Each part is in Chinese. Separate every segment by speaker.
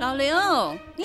Speaker 1: 老刘，你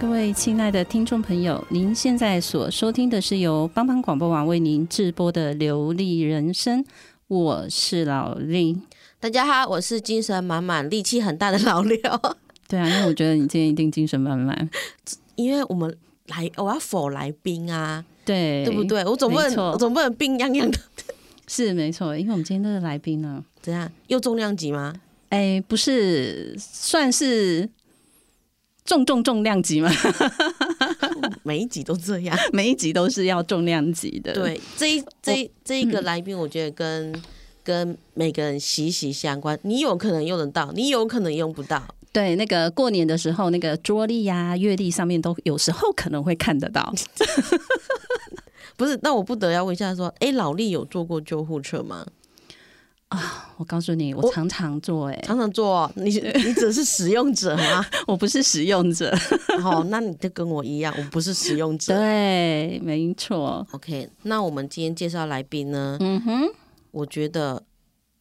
Speaker 1: 各位亲爱的听众朋友，您现在所收听的是由帮帮广播网为您直播的《流利人生》，我是老李。
Speaker 2: 大家好，我是精神满满、力气很大的老刘。
Speaker 1: 对啊，因为我觉得你今天一定精神满满，
Speaker 2: 因为我们来，我要否来宾啊，
Speaker 1: 对
Speaker 2: 对不？对？我总不
Speaker 1: 没
Speaker 2: 能
Speaker 1: 错
Speaker 2: 我总不能病殃殃的，
Speaker 1: 是没错，因为我们今天都是来宾呢、
Speaker 2: 怎样？又重量级吗？
Speaker 1: 哎，不是，算是重重重量级嘛，
Speaker 2: 每一集都这样。
Speaker 1: 每一集都是要重量级的。，
Speaker 2: 对，这一这一这一个来宾，我觉得跟、跟每个人息息相关。你有可能用得到，你有可能用不到。
Speaker 1: 对，那个过年的时候，那个桌历呀、月历上面都有时候可能会看得 到。
Speaker 2: 不是，那我不得要问一下，说，哎，老力有坐过救护车吗？
Speaker 1: 我告诉你，我
Speaker 2: 我
Speaker 1: 常常做、欸，哎，
Speaker 2: 常常坐、哦，你你只是使用者吗？
Speaker 1: 我不是使用者。
Speaker 2: 好，那你就跟我一样，我不是使用者。
Speaker 1: 对，没错。
Speaker 2: OK，那我们今天介绍来宾呢，
Speaker 1: 嗯哼，
Speaker 2: 我觉得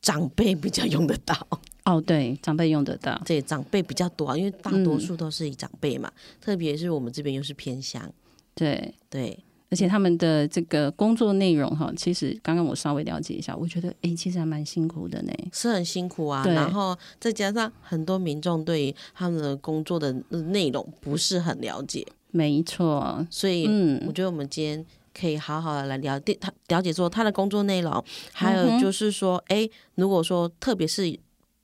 Speaker 2: 长辈比较用得到，
Speaker 1: 哦，对，长辈用得到。
Speaker 2: 对，长辈比较多啊，因为大多
Speaker 1: 嗯
Speaker 2: 数都是以长辈嘛，特别是我们这边又是偏乡，
Speaker 1: 对，
Speaker 2: 对，
Speaker 1: 而且他们的这个工作内容哈，其实刚刚我稍微了解一下，我觉得哎、诶其实还蛮辛苦的呢。
Speaker 2: 是很辛苦啊，
Speaker 1: 对
Speaker 2: 然后再加上很多民众对于他们的工作的内容不是很了解，
Speaker 1: 没错，
Speaker 2: 所以我
Speaker 1: 嗯，
Speaker 2: 觉得我们今天可以好好的来了解他了解说他的工作内容，还
Speaker 1: 嗯
Speaker 2: 有
Speaker 1: 哼
Speaker 2: 就是说，哎、如果说特别是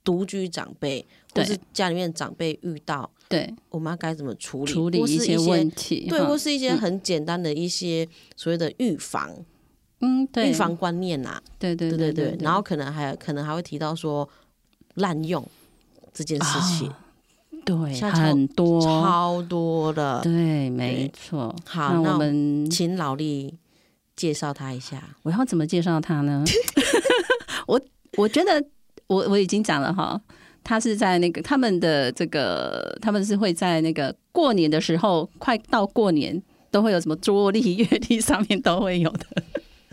Speaker 2: 独居长辈或
Speaker 1: 对
Speaker 2: 是家里面长辈遇到，
Speaker 1: 对，
Speaker 2: 我们要该怎么处理，
Speaker 1: 处理
Speaker 2: 或是一
Speaker 1: 些问题，
Speaker 2: 对，
Speaker 1: 哈
Speaker 2: 或是一些
Speaker 1: 嗯
Speaker 2: 很简单的一些所谓的预防、
Speaker 1: 嗯，对，
Speaker 2: 预防观念呐、
Speaker 1: 对，对
Speaker 2: 对
Speaker 1: 对
Speaker 2: 对
Speaker 1: 对
Speaker 2: 对，然后可能还可能还会提到说滥用这件事情，
Speaker 1: 啊对
Speaker 2: 像
Speaker 1: 很多
Speaker 2: 超多的，
Speaker 1: 对，没错。
Speaker 2: 好那
Speaker 1: 那我
Speaker 2: 我
Speaker 1: 们
Speaker 2: 请老力介绍他一下。
Speaker 1: 我要怎么介绍他 呢？ 我我觉得我我已经讲了哈，他是在那个他们的这个他们是会在那个过年的时候，快到过年都会有什么桌历、月历上面都会有的。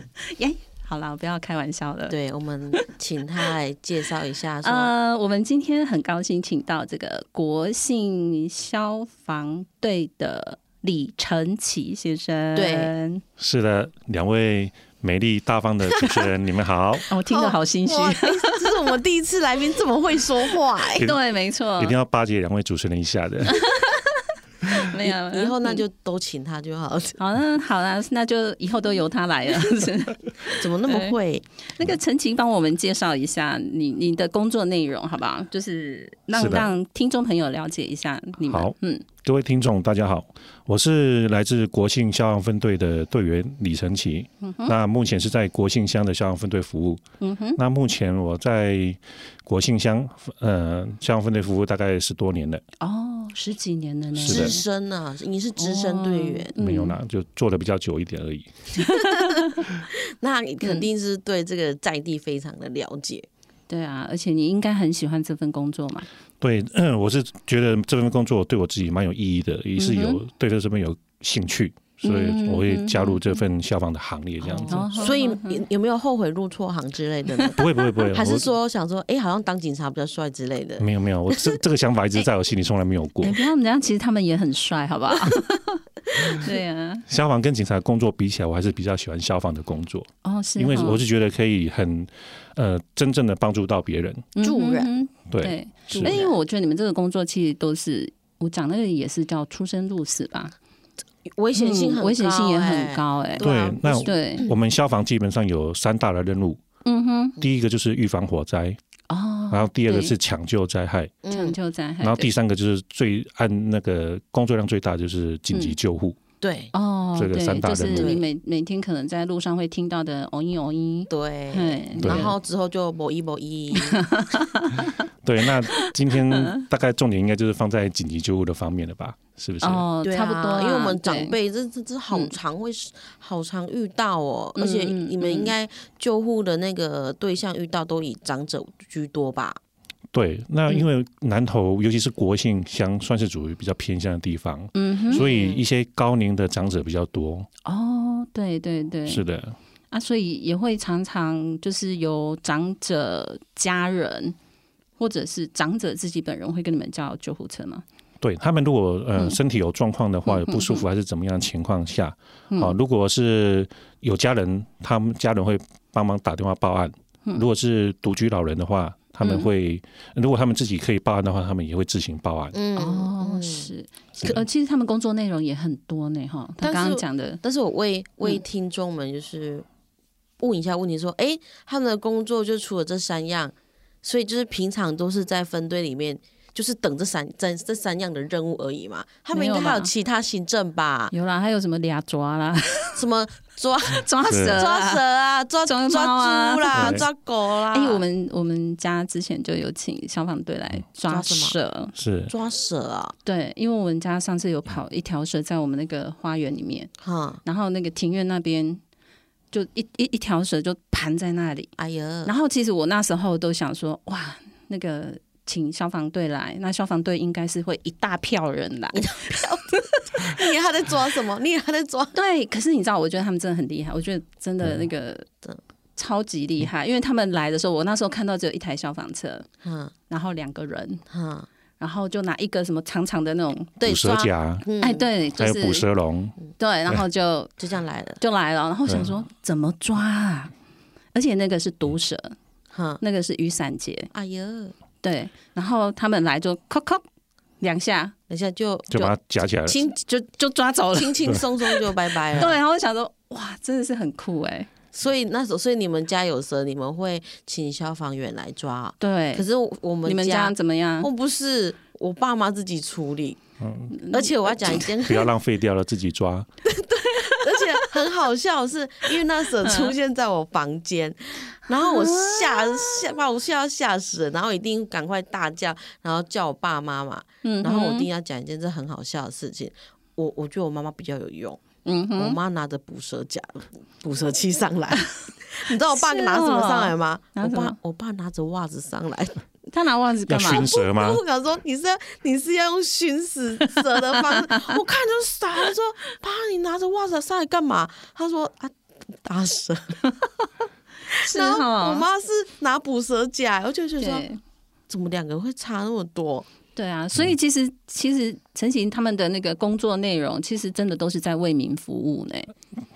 Speaker 1: 耶，好啦，我不要开玩笑了。
Speaker 2: 对，我们请他来介绍一下说，
Speaker 1: 呃，我们今天很高兴请到这个国信消防队的李承启先生。
Speaker 2: 对
Speaker 3: 是的，两位美丽大方的主持人，你 们好，
Speaker 1: 哦我听得好 心虚。
Speaker 2: 哇，这是我们第一次来宾这么会说话、哎
Speaker 1: 对，没错
Speaker 4: 嗯
Speaker 3: 一，定要巴结两位主持人一下的。
Speaker 1: 没有。
Speaker 2: 以后那就都请他就好了，
Speaker 1: 啊好，那好啦，那就以后都由他来 了。是
Speaker 2: 怎么那
Speaker 1: 哎
Speaker 2: 么会？
Speaker 1: 那个陈晴帮我们介绍一下你你的工作内容，好不好？就是让
Speaker 3: 是的
Speaker 1: 让听众朋友了解一下你们。
Speaker 3: 好
Speaker 1: 嗯，
Speaker 3: 各位听众，大家好，我是来自国庆消防分队的队员李晨奇，
Speaker 4: 嗯
Speaker 3: 那目前是在国庆乡的消防分队服务。嗯哼，那目前我在国庆乡呃消防分队服务大概十多年了，
Speaker 1: 哦，十几年了呢，
Speaker 3: 是的
Speaker 2: 资深啊，你是资深队员，
Speaker 1: 嗯
Speaker 3: 没有啦，就做的比较久一点而已。
Speaker 2: 那你肯定是对这个在地非常的了解。
Speaker 1: 对啊，而且你应该很喜欢这份工作嘛。
Speaker 3: 对， 我是觉得这份工作对我自己蛮有意义的，也是有、对这份有兴趣，所以我会加入这份消防的行列，这样子。
Speaker 1: 哦
Speaker 2: 所以有有没有后悔入错行之类的呢？
Speaker 3: 不会不会不会，
Speaker 2: 还是
Speaker 3: 我
Speaker 2: 说想说，哎、好像当警察比较帅之类的？
Speaker 3: 没有没有，我这这个想法一直在我心里从来没有过
Speaker 1: 哎，。不要，人家其实他们也很帅，好不好？对啊，
Speaker 3: 消防跟警察工作比起来，我还是比较喜欢消防的工作，
Speaker 1: 哦是哦，
Speaker 3: 因为我是觉得可以很呃真正的帮助到别人。
Speaker 2: 助人
Speaker 1: 嗯哼
Speaker 3: 对，
Speaker 1: 对，
Speaker 3: 是
Speaker 1: 那因为我觉得你们这个工作其实都是。我讲那个也是叫出生入死吧，
Speaker 2: 危险性
Speaker 1: 嗯
Speaker 2: 很高、
Speaker 1: 危险性也很。高哎、
Speaker 2: 对啊
Speaker 3: 对，那
Speaker 1: 对，
Speaker 3: 我们消防基本上有三大的任务，
Speaker 1: 嗯哼，
Speaker 3: 第一个就是预防火灾，然
Speaker 1: 哦，
Speaker 3: 后第二个
Speaker 1: 对
Speaker 3: 是抢救灾害，
Speaker 1: 抢
Speaker 2: 嗯，
Speaker 1: 救灾害，
Speaker 3: 然后第
Speaker 1: 哎对
Speaker 3: 三个就是最按那个工作量最大的就是紧急救护。
Speaker 2: 对
Speaker 1: 哦，
Speaker 3: 这个
Speaker 1: 对，
Speaker 3: 三大
Speaker 1: 就是
Speaker 3: 任
Speaker 2: 务
Speaker 1: 你每每天可能在路上会听到的哦一哦一，
Speaker 2: 对。
Speaker 1: 对，
Speaker 3: 对
Speaker 2: 然后之后就某一某 一，
Speaker 3: 对，那今天
Speaker 1: 嗯
Speaker 3: 大概重点应该就是放在紧急救护的方面了吧？是不是？
Speaker 1: 哦，
Speaker 2: 对啊
Speaker 1: 差不多啦，
Speaker 2: 因为我们长
Speaker 1: 对
Speaker 2: 辈这这这好
Speaker 1: 嗯
Speaker 2: 常会是好常遇到哦，
Speaker 1: 嗯
Speaker 2: 而且
Speaker 1: 嗯
Speaker 2: 你们应
Speaker 1: 嗯
Speaker 2: 该救护的那个对象遇到都以长者居多吧？
Speaker 3: 对，那
Speaker 1: 嗯
Speaker 3: 因为南投尤其是 国姓乡，算是属于比较偏乡的地方，
Speaker 1: 嗯哼，
Speaker 3: 所以一些高龄的长者比较多。
Speaker 1: 哦，对对对，
Speaker 3: 是的，
Speaker 1: 啊，所以也会常常就是由长者家人。或者是长者自己本人会跟你们叫救护车吗？
Speaker 3: 对他们如果呃
Speaker 1: 嗯
Speaker 3: 身体有状况的话，
Speaker 1: 嗯
Speaker 3: 有不舒服还是怎么样的情况下，啊、
Speaker 1: 嗯
Speaker 3: 如果是有家人，他们家人会帮忙打电话报案；如果是独居老人的话，他们
Speaker 1: 嗯
Speaker 3: 会、如果他们自己可以报案的话，他们也会自行报案。
Speaker 2: 嗯，
Speaker 1: 哦，
Speaker 2: 嗯。
Speaker 1: 是，
Speaker 3: 是的
Speaker 1: 呃，其实他们工作内容也很多呢，哈。他
Speaker 2: 但
Speaker 1: 刚
Speaker 2: 是
Speaker 1: 刚讲的，
Speaker 2: 但是我为
Speaker 1: 嗯
Speaker 2: 为听众们就是问一下问题，说，哎、他们的工作就除了这三样，所以就是平常都是在分队里面，就是等这三这这三样的任务而已嘛。他们应
Speaker 1: 没
Speaker 2: 该
Speaker 1: 有吧
Speaker 2: 还有其他行政 吧？
Speaker 1: 有啦，还有什么俩抓啦、
Speaker 2: 什么抓
Speaker 1: 抓
Speaker 3: 是
Speaker 1: 蛇啊、
Speaker 2: 抓蛇啊，抓
Speaker 1: 抓
Speaker 2: 抓
Speaker 1: 猫啊
Speaker 2: 猪啦，
Speaker 3: 对
Speaker 2: 抓狗啦。
Speaker 1: 哎、我们我们家之前就有请消防队来抓
Speaker 2: 抓什么
Speaker 1: 蛇，
Speaker 3: 是
Speaker 2: 抓蛇啊，
Speaker 1: 对，因为我们家上次有跑一条蛇在我们那个花园里面，
Speaker 2: 哈，
Speaker 1: 然后那个庭院那边就一一一条蛇就盘在那里，
Speaker 2: 哎呀，
Speaker 1: 然后其实我那时候都想说，哇，那个请消防队来，那消防队应该是会一大票人来，
Speaker 2: 你以为他在抓什 么？你以为他在抓？
Speaker 1: 对，可是你知道，我觉得他们真的很厉害，我觉得真的
Speaker 3: 啊
Speaker 1: 那个、
Speaker 2: 真
Speaker 1: 超级厉害，因为他们来的时候，我那时候看到只有一台消防车，
Speaker 2: 哈
Speaker 1: 然后两个人，
Speaker 2: 哈，
Speaker 1: 然后就拿一个什么长长的那种，
Speaker 2: 对，
Speaker 3: 捕蛇
Speaker 2: 抓，
Speaker 3: 夹，
Speaker 2: 嗯
Speaker 1: 哎，，对，
Speaker 3: 还
Speaker 1: 就
Speaker 3: 有
Speaker 1: 是
Speaker 3: 捕蛇笼，
Speaker 1: 对，然后就
Speaker 2: 就这样来了，
Speaker 1: 就来了，然后想说怎么抓啊？而且那个是毒蛇，
Speaker 2: 哈，
Speaker 1: 那个是雨伞节，
Speaker 2: 哎呀，
Speaker 1: 对，然后他们来就扣扣两下
Speaker 2: 等一下就
Speaker 3: 就把它夹起来了。
Speaker 2: 轻
Speaker 1: 就就抓走了，
Speaker 2: 轻轻松松就拜拜了。
Speaker 1: 对，，啊然后我想说哇，真的是很酷哎、
Speaker 2: 所以那时候，所以你们家有蛇，你们会请消防员来抓。
Speaker 1: 对
Speaker 2: 可，是我我们哦
Speaker 1: 你们家怎么样？
Speaker 2: 我不是我爸妈自己处理，
Speaker 3: 嗯，
Speaker 2: 而且我要讲一 件，
Speaker 3: 不要浪费掉了，自己抓。
Speaker 2: 而且很好笑的是，因为那蛇出现在我房间，然后我吓
Speaker 1: 啊
Speaker 2: 吓把我吓到吓死了，然后一定赶快大叫，然后叫我爸妈嘛，
Speaker 1: 嗯哼，
Speaker 2: 然后我一定要讲一件这很好笑的事情。我我觉得我妈妈比较有用，
Speaker 1: 嗯
Speaker 2: 我
Speaker 1: 哼，
Speaker 2: 妈拿着捕蛇夹、捕蛇器上 来，你知道我爸拿什么上来吗？
Speaker 1: 哦拿
Speaker 2: 我
Speaker 1: 什么
Speaker 2: 爸我爸拿着袜子上来，
Speaker 1: 他拿袜子
Speaker 3: 要
Speaker 1: 干嘛？
Speaker 3: 熏蛇吗？
Speaker 2: 我想说你是要你是要用熏死蛇的方式，我看就傻了，说爸，你拿着袜子上来干嘛？他说啊，打蛇。
Speaker 1: 是
Speaker 2: 然
Speaker 1: 哈
Speaker 2: 后我妈是拿捕蛇夹，我就觉得说
Speaker 1: 对
Speaker 2: 怎么两个人会差那么多？
Speaker 1: 对啊，所以其实其实陈行他们的那个工作内容，其实真的都是在为民服务呢。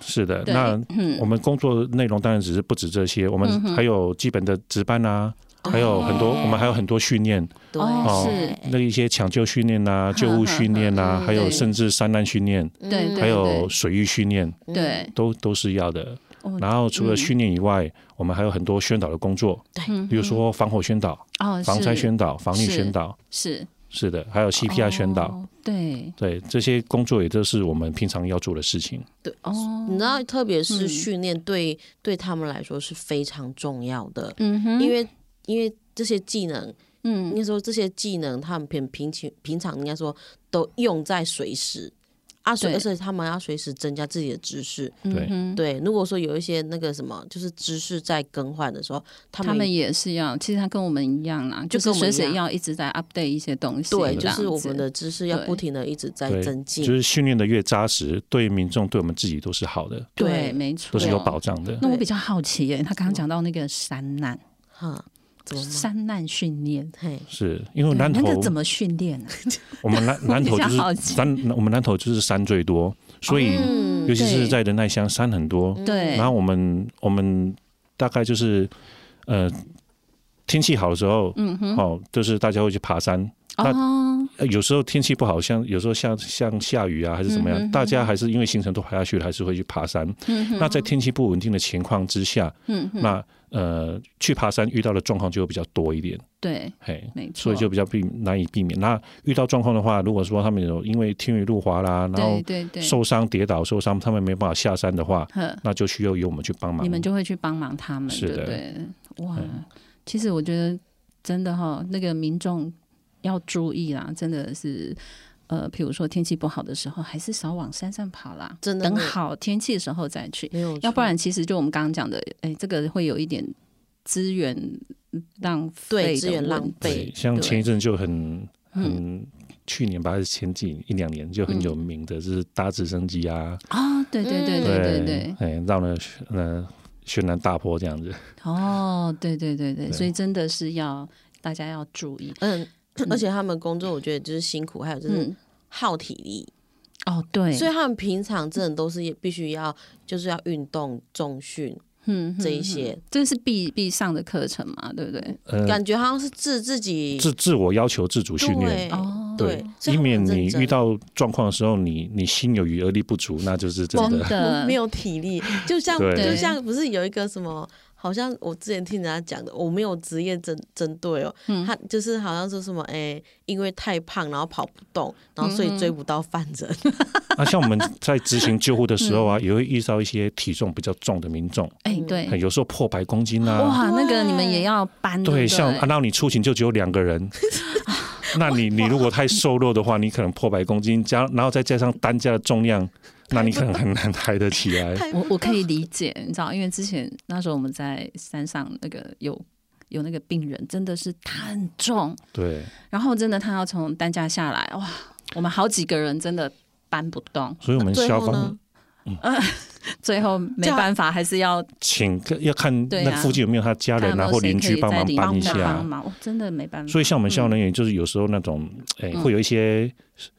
Speaker 3: 是的，
Speaker 1: 对
Speaker 3: 那
Speaker 1: 嗯
Speaker 3: 我们工作内容当然只是不止这些，我们还有基本的值班啊，还有很多我们还有很多训练
Speaker 2: 对，
Speaker 1: 哦是
Speaker 3: 那一些抢救训练
Speaker 1: 嗯
Speaker 3: 啊、救护训练啊，
Speaker 2: 嗯
Speaker 3: 还有
Speaker 1: 对
Speaker 3: 甚至山难训练，
Speaker 1: 对对
Speaker 3: 还有水域训练，
Speaker 2: 嗯
Speaker 1: 对，
Speaker 3: 都都是要的。
Speaker 1: 哦
Speaker 3: 然后除了
Speaker 1: 嗯
Speaker 3: 训练以外，我们还有很多宣导的工作，
Speaker 1: 嗯
Speaker 3: 比如说防火宣导、
Speaker 1: 哦，
Speaker 3: 防灾
Speaker 1: 是
Speaker 3: 宣导、防溺
Speaker 1: 是
Speaker 3: 宣导，
Speaker 1: 是
Speaker 3: 是的，还有 CPR 宣导。
Speaker 1: 哦对
Speaker 3: 对，这些工作也都是我们平常要做的事情。
Speaker 1: 哦，
Speaker 2: 你知道，特别是
Speaker 1: 嗯
Speaker 2: 训练对、对他们来说是非常重要的，
Speaker 1: 嗯哼，
Speaker 2: 因为因为这些技能，应
Speaker 1: 嗯
Speaker 2: 该说这些技能他们平平常平常应该说都用在随时。啊，所以
Speaker 1: 对
Speaker 2: 而且他们要随时增加自己的知识。
Speaker 3: 对
Speaker 1: 嗯哼，
Speaker 2: 对，如果说有一些那个什么，就是知识在更换的时候，他
Speaker 1: 他
Speaker 2: 们
Speaker 1: 们也是要，其实他跟我们一样啦，
Speaker 2: 就
Speaker 1: 就是
Speaker 2: 跟我
Speaker 1: 随
Speaker 2: 们一
Speaker 1: 时
Speaker 2: 样
Speaker 1: 要一直在 update 一些东西，
Speaker 2: 对，
Speaker 1: 这
Speaker 2: 就
Speaker 1: 样
Speaker 2: 是我
Speaker 1: 子
Speaker 2: 们的知识要
Speaker 1: 对
Speaker 2: 不停的一直在
Speaker 3: 对
Speaker 2: 增
Speaker 3: 就
Speaker 2: 进。
Speaker 3: 是训练的越扎实，对民众、对我们自己都是好的，
Speaker 1: 对，没错，啊
Speaker 3: 都是有保障的。
Speaker 1: 那我
Speaker 2: 对
Speaker 1: 比较好奇耶，他刚刚讲到那个山难，
Speaker 2: 哈，怎么吗？
Speaker 1: 山难训练。
Speaker 2: 嘿，
Speaker 3: 是因为
Speaker 1: 对
Speaker 3: 南
Speaker 1: 那
Speaker 3: 投
Speaker 1: 个怎么训练啊？
Speaker 3: 我 们南南投就
Speaker 1: 比较好
Speaker 3: 是
Speaker 1: 奇哦
Speaker 3: 山，我们南投就是山最多，所以
Speaker 2: 嗯
Speaker 3: 尤其
Speaker 1: 对
Speaker 3: 是在仁爱乡山很多。
Speaker 1: 对，
Speaker 3: 然后我们我们大概就是呃天气好的时候，嗯哼，哦，就是大家会去爬山。那
Speaker 1: 哦，
Speaker 3: 呃有时候天气不好，像有时候像像下雨啊，还是怎
Speaker 1: 嗯
Speaker 3: 么样，大家还是因为行程都排下去了，还是会去爬山。那在天气不稳定的情况之下，
Speaker 1: 嗯哼，
Speaker 3: 那呃去爬山遇到的状况就会比较多一点，
Speaker 1: 对，
Speaker 3: 嘿，
Speaker 1: 没错，
Speaker 3: 所以就比较避难以避免。那遇到状况的话，如果说他们有因为天雨路滑啦，然
Speaker 1: 对
Speaker 3: 后
Speaker 1: 对对，
Speaker 3: 受伤跌倒受伤，他们没办法下山的话，
Speaker 1: 呵
Speaker 3: 那就需要由我们去帮忙。
Speaker 1: 你们就会去帮忙他们，
Speaker 3: 是
Speaker 1: 对不
Speaker 3: 的
Speaker 1: 对？哇
Speaker 3: 嗯，
Speaker 1: 其实我觉得真的哈、那个民众要注意啦，真的是。呃，比如说天气不好的时候，还是少往山上跑啦。
Speaker 2: 真的
Speaker 1: 等
Speaker 2: 会
Speaker 1: 好天气的时候再去，
Speaker 2: 没有错，
Speaker 1: 要不然其实就我们刚刚讲的，哎，这个会有一点资源浪费的问
Speaker 2: 对
Speaker 1: 题，
Speaker 2: 资源浪费
Speaker 3: 对，像
Speaker 1: 对嗯
Speaker 3: 前一阵就很很。去年吧，还是前几一两年就很有名的，就是搭直升机啊，
Speaker 1: 啊、对对对对对对，
Speaker 3: 哎，让人呃轩然大波这样子。
Speaker 2: 嗯
Speaker 1: 哦，对对对对，
Speaker 3: 对
Speaker 1: 所以真的是要大家要注意，
Speaker 2: 嗯，而且他们工作我觉得就是辛苦，还有就是
Speaker 1: 嗯，
Speaker 2: 耗体力，
Speaker 1: 哦对，
Speaker 2: 所以他们平常真的都是也必须要就是要运动、重训
Speaker 1: 嗯
Speaker 2: 这一，些，
Speaker 1: 嗯这是必必上的课程嘛，对不对？
Speaker 3: 呃，
Speaker 2: 感觉好像是自自己
Speaker 3: 自自我要求、自主训练，
Speaker 2: 对
Speaker 1: 哦，
Speaker 2: 对，所以
Speaker 3: 以
Speaker 2: 他们
Speaker 3: 免
Speaker 2: 很
Speaker 3: 你
Speaker 2: 认真
Speaker 3: 遇到状况的时候，你你心有余而力不足，那就是真
Speaker 1: 真
Speaker 3: 的。
Speaker 1: 的
Speaker 2: 没有体 力，就像
Speaker 3: 对
Speaker 2: 就像不是有一个什么，好像我之前听人家讲的，我没有职业针针对哦，
Speaker 1: 嗯
Speaker 2: 他就是好像说什么，哎、因为太胖，然后跑不动，然后所
Speaker 1: 嗯
Speaker 2: 以追不到犯人，
Speaker 3: 那、像我们在执行救护的时候啊，也会遇到一些体重比较重的民众，
Speaker 1: 哎，
Speaker 3: 哎
Speaker 1: 对，
Speaker 3: 有时候破百公斤啊。
Speaker 1: 哇，那个你们也要搬，
Speaker 3: 对，
Speaker 1: 对不对，
Speaker 3: 像啊，那你出勤就只有两个 人，那你你如果太瘦弱的话，你可能破百公斤，加然后再加上担架的重量，那你可能很难抬得起 来。
Speaker 2: 太
Speaker 1: 我我可以理解，你知道，因为之前那时候我们在山上那个有。有那个病人真的是他很重，
Speaker 3: 对，
Speaker 1: 然后真的他要从担架下来，哇，我们好几个人真的搬不动，
Speaker 3: 所以我们
Speaker 2: 最
Speaker 3: 消
Speaker 2: 后
Speaker 3: 防
Speaker 2: 呢，
Speaker 1: 最后没
Speaker 2: 这样
Speaker 1: 办法还是要
Speaker 3: 请要看
Speaker 1: 对啊
Speaker 3: 那附近有没有他家
Speaker 1: 看有
Speaker 3: 人
Speaker 1: 没
Speaker 3: 啊
Speaker 1: 有
Speaker 3: 或
Speaker 1: 谁
Speaker 3: 邻
Speaker 1: 可
Speaker 3: 居
Speaker 1: 以
Speaker 3: 帮
Speaker 1: 在
Speaker 3: 忙
Speaker 1: 里面
Speaker 3: 搬一下
Speaker 1: 帮。忙，嗯我真的没办法。
Speaker 3: 所以像我们消防人员，就是有时候那种，哎、
Speaker 1: 嗯
Speaker 3: 会有一些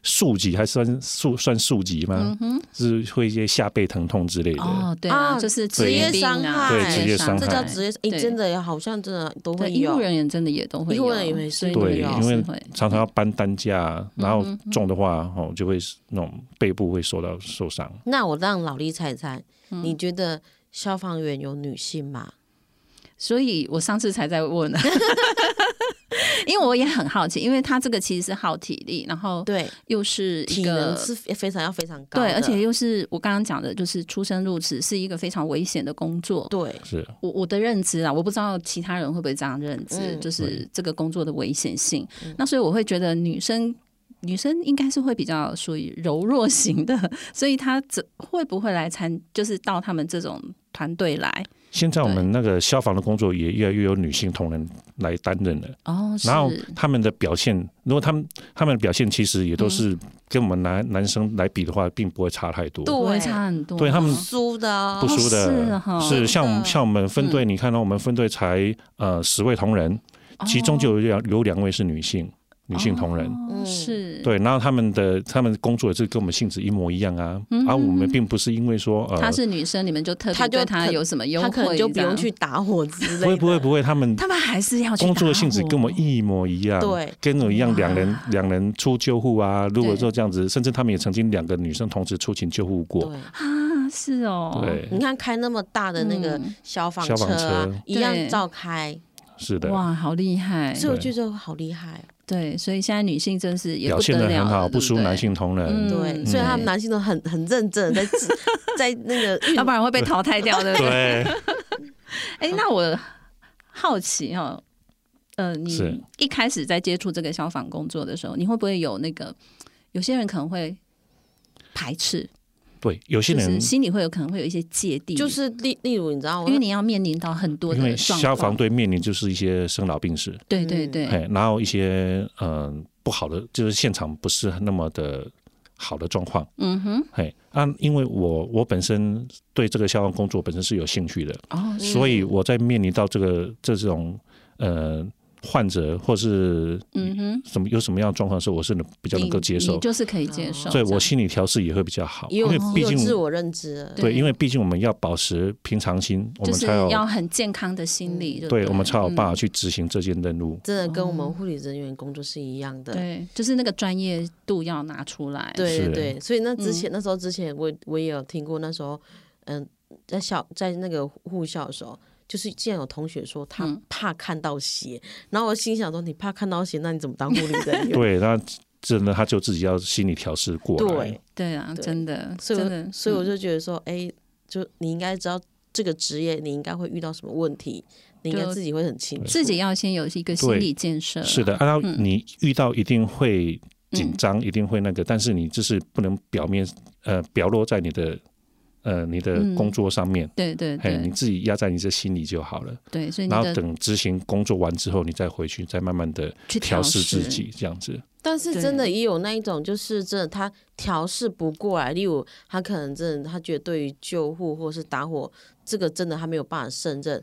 Speaker 3: 数级，还算数算数级
Speaker 1: 嗯
Speaker 3: 吗？是会一些下背疼痛之类的。
Speaker 1: 哦，对啊，
Speaker 2: 啊
Speaker 1: 就是
Speaker 2: 职业
Speaker 1: 病
Speaker 2: 伤
Speaker 1: 啊
Speaker 2: 害对
Speaker 3: 职业伤
Speaker 2: 这
Speaker 3: 害
Speaker 2: 叫职业，哎、
Speaker 1: 对
Speaker 2: 真的好像真的都
Speaker 1: 对，
Speaker 2: 会
Speaker 1: 医
Speaker 2: 有
Speaker 1: 护，人员真的也都会
Speaker 2: 医
Speaker 1: 有，
Speaker 2: 护人员也是
Speaker 1: 所以
Speaker 3: 对
Speaker 1: 你们
Speaker 3: 因
Speaker 1: 也
Speaker 3: 为
Speaker 1: 是会
Speaker 3: 常常要搬担架，啊
Speaker 1: 嗯
Speaker 3: 然后重的话，哦，就会那种背部会受到受伤。
Speaker 2: 那我让老李猜猜，你觉得消防员有女性吗？
Speaker 1: 嗯所以我上次才在问，啊 因为我也很好奇，因为他这个其实是耗体力，然后
Speaker 2: 对，
Speaker 1: 又是一
Speaker 2: 体能
Speaker 1: 个
Speaker 2: 是非常要非常高的，
Speaker 1: 对，而且又是我刚刚讲的，就是出生入死是一个非常危险的工作。
Speaker 2: 对，
Speaker 3: 是，
Speaker 1: 我我的认知啊，我不知道其他人会不会这样认知，
Speaker 2: 嗯
Speaker 1: 就是
Speaker 3: 对
Speaker 1: 这个工作的危险性。
Speaker 3: 嗯
Speaker 1: 那所以我会觉得女生。女生应该是会比较属于柔弱型的， 所以她这会不会来参，就是到他们这种团队来
Speaker 3: 现在我们那个消防的工作也越来越有女性同仁来担任了，
Speaker 1: 哦，是
Speaker 3: 然后他们的表现，如果他们他们的表现其实也都
Speaker 1: 嗯
Speaker 3: 是跟我们男、男生来比的话，并不会差太多。
Speaker 1: 不会差很多，
Speaker 3: 对他们
Speaker 2: 输的哦
Speaker 3: 不输
Speaker 1: 啊是
Speaker 3: 的，
Speaker 1: 哈嗯
Speaker 3: 是像我
Speaker 2: 真
Speaker 3: 们
Speaker 2: 的
Speaker 3: 像我们分队，你看到我们分队才呃十位同仁，其中就有两有两位是女性，女性同仁。嗯
Speaker 1: 哦是，
Speaker 3: 对，然后他们的他们工作也是跟我们性质一模一样啊，
Speaker 1: 嗯
Speaker 3: 而、我们并不是因为说呃，
Speaker 1: 她是女生，你们就特别
Speaker 2: 她就
Speaker 1: 对她
Speaker 2: 可
Speaker 1: 有什么优惠，
Speaker 2: 他可能就不用去，打火之类的。
Speaker 3: 不会不会不会，他们
Speaker 1: 他们还是要去
Speaker 3: 工作的
Speaker 1: 打
Speaker 3: 性质跟我
Speaker 1: 火
Speaker 3: 们一模一样，
Speaker 2: 对，
Speaker 3: 跟我一样
Speaker 1: 哇
Speaker 3: 两人两人出救护啊，如果
Speaker 1: 啊对
Speaker 3: 说这样子，甚至他们也曾经两个女生同时出勤救护过，
Speaker 2: 对，
Speaker 1: 啊，是哦，
Speaker 3: 对，
Speaker 2: 你看开那么大的那个
Speaker 1: 嗯
Speaker 2: 消防
Speaker 3: 消防
Speaker 2: 啊，
Speaker 3: 车
Speaker 2: 一样
Speaker 1: 对
Speaker 2: 照开，
Speaker 3: 是的，
Speaker 1: 哇，好厉害！
Speaker 2: 所以我就觉得好厉害。哦
Speaker 1: 对，所以现在女性真是也
Speaker 3: 表
Speaker 1: 不
Speaker 3: 现
Speaker 1: 得
Speaker 3: 的
Speaker 1: 了
Speaker 3: 很好，
Speaker 1: 了
Speaker 3: 不输男，性同仁。
Speaker 1: 嗯
Speaker 2: 对，
Speaker 1: 嗯
Speaker 2: 所以他们男性都很很认真的在 在那个
Speaker 1: 对
Speaker 2: 运
Speaker 1: 要不然会被淘汰掉，对不 对？
Speaker 3: 对，
Speaker 1: 哎，那我好奇哈、哦，呃，
Speaker 3: 是
Speaker 1: 你一开始在接触这个消防工作的时候，你会不会有那个有些人可能会排斥，
Speaker 3: 对，有些
Speaker 1: 就
Speaker 3: 人
Speaker 1: 是心里会有可能会有一些芥蒂，
Speaker 2: 就是例例如你知道我
Speaker 1: 因为你要面临到很多
Speaker 3: 因为
Speaker 1: 的状
Speaker 3: 消
Speaker 1: 况
Speaker 3: 防，队面临就是一些生老病死，
Speaker 1: 对对
Speaker 2: 嗯
Speaker 1: 对，
Speaker 3: 哎，然后一些嗯、呃不好的，就是现场不是那么的好的状况，
Speaker 1: 嗯哼，
Speaker 3: 哎啊，因为我我本身对这个消防工作本身是有兴趣的，
Speaker 1: 哦，
Speaker 3: 所以我在面临到这个这种呃患者或是
Speaker 1: 嗯哼，
Speaker 3: 什么有什么样的状况的时候，我是能比较能够接
Speaker 1: 你
Speaker 3: 受，
Speaker 1: 就是可以接受。
Speaker 3: 所
Speaker 1: 这
Speaker 3: 以
Speaker 1: 样
Speaker 3: 我心理调试也会比较好，
Speaker 2: 也
Speaker 3: 因
Speaker 2: 有
Speaker 3: 为
Speaker 2: 也
Speaker 3: 毕
Speaker 2: 有
Speaker 3: 竟
Speaker 2: 自我认知了，
Speaker 3: 对，
Speaker 1: 对
Speaker 3: 因为毕竟我们要保持平常心，我
Speaker 1: 就
Speaker 3: 们
Speaker 1: 是
Speaker 3: 才有
Speaker 1: 要很健康的心理，
Speaker 3: 对我们才有
Speaker 1: 嗯
Speaker 3: 办法去执行这件任务。
Speaker 2: 真的跟我们护理人员工作是一样的。
Speaker 1: 哦对，就是那个专业度要拿出来。嗯
Speaker 2: 对
Speaker 3: 是
Speaker 2: 对对，所以那之前、那时候之前我我也有听过，那时候嗯、在校在那个护校的时候，就是竟然有同学说他
Speaker 1: 嗯
Speaker 2: 怕看到血，然后我心想说你怕看到血，那你怎么当护理人员？
Speaker 3: 对，那真的他就自己要心理调试 过来。
Speaker 2: 对，
Speaker 1: 对啊，
Speaker 2: 对
Speaker 1: 真的，
Speaker 2: 所以
Speaker 1: 真
Speaker 2: 我
Speaker 1: 的，
Speaker 2: 所以我
Speaker 1: 嗯
Speaker 2: 就觉得说，哎、就你应该知道这个职业你应该会遇到什么问题，你应该
Speaker 1: 就
Speaker 2: 自己会很清楚。
Speaker 1: 自己要先有一个心
Speaker 3: 对
Speaker 1: 理建设啊。
Speaker 3: 是的，按照
Speaker 1: 嗯
Speaker 3: 你遇到一定会紧
Speaker 1: 嗯
Speaker 3: 张，一定会那个，但是你就是不能表面呃表露在你的呃你的
Speaker 1: 嗯
Speaker 3: 工作上面，
Speaker 1: 对对
Speaker 3: 哎、你
Speaker 1: 对
Speaker 3: 自己压在你这心里就好了。
Speaker 1: 对，所以你
Speaker 3: 然后
Speaker 1: 的
Speaker 3: 等执行工作完之后，你再回去，再慢慢的
Speaker 1: 去
Speaker 3: 调试
Speaker 1: 试
Speaker 3: 自己，这样子。
Speaker 2: 但是
Speaker 1: 对
Speaker 2: 真的也有那一种，就是真的他调试不过来，例如他可能真的他觉得对于救护或是打火这个真的他没有办法胜任，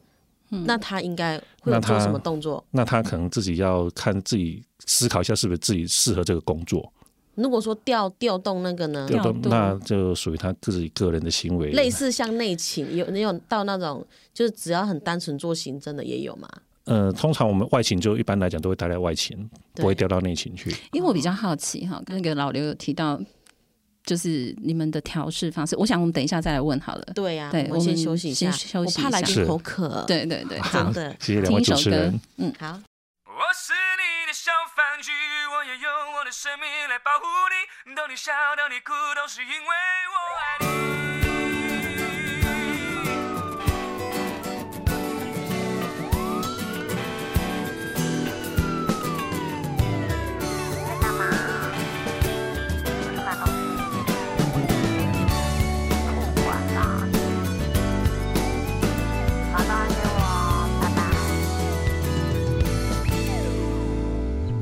Speaker 1: 嗯
Speaker 2: 那他应该会有
Speaker 3: 那
Speaker 2: 做
Speaker 3: 他
Speaker 2: 什么动作？
Speaker 3: 那他可能自己要看自己思考一下，是不是自己适合这个工作，
Speaker 2: 如果说调调动那个呢，
Speaker 1: 嗯调
Speaker 3: 就
Speaker 1: 度
Speaker 3: 那就属于他自己个人的行为。
Speaker 2: 类似像内勤，有你有到那种就是只要很单纯做行政的也有嘛？
Speaker 3: 呃，通常我们外勤就一般来讲都会待在外勤，
Speaker 2: 对
Speaker 3: 不会调到内勤去。
Speaker 1: 因为我比较好奇
Speaker 2: 嗯
Speaker 1: 哈，那个老刘有提到，就是你们的调试方式，我想我们等一下再来问好了。
Speaker 2: 对呀、
Speaker 1: 对啊
Speaker 2: 我们
Speaker 1: 我
Speaker 2: 先
Speaker 1: 们
Speaker 2: 休息一下，
Speaker 1: 先休息
Speaker 2: 我怕来
Speaker 1: 一下
Speaker 2: 宾
Speaker 3: 是
Speaker 2: 口渴。，
Speaker 1: 对对对，
Speaker 2: 真的
Speaker 3: 谢谢两
Speaker 1: 听
Speaker 3: 位
Speaker 1: 一
Speaker 3: 主
Speaker 1: 首
Speaker 3: 持
Speaker 1: 歌
Speaker 3: 人。，
Speaker 1: 嗯，
Speaker 2: 好。
Speaker 5: 我是你的小玩具，我也用我的生命来保护你。逗你笑，逗你哭，都是因为我爱你。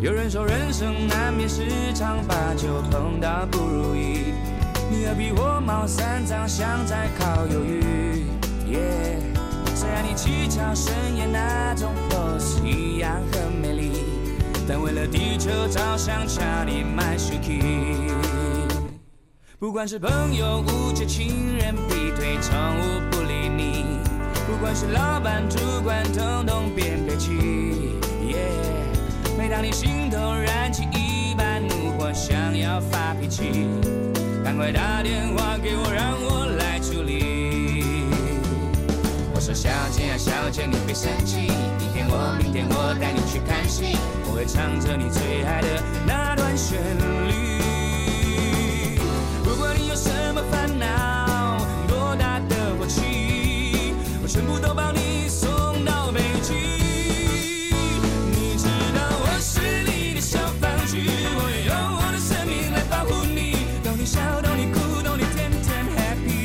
Speaker 5: 有人说人生难免时常把酒碰到不如意，你何必火冒三丈，像在烤鱿鱼？耶、虽然你技巧深也那种 pose 一样很美丽，但为了地球着想，差你卖血气。不管是朋友、误解、情人、劈腿、宠物不理你，不管是老板、主管，统统别憋气。耶、每当你心头燃起一把怒火，想要发脾气，赶快打电话给我，让我来处理。我说小姐啊，小姐，你别生气，明天我明天我带你去看戏，我会唱着你最爱的那段旋律。如果你有什么烦恼，多大的火气，我全部都帮你送到北京。你知道我是你的小玩具，我也用我的生命来保护你，逗你笑，逗你哭，逗你天天 happy。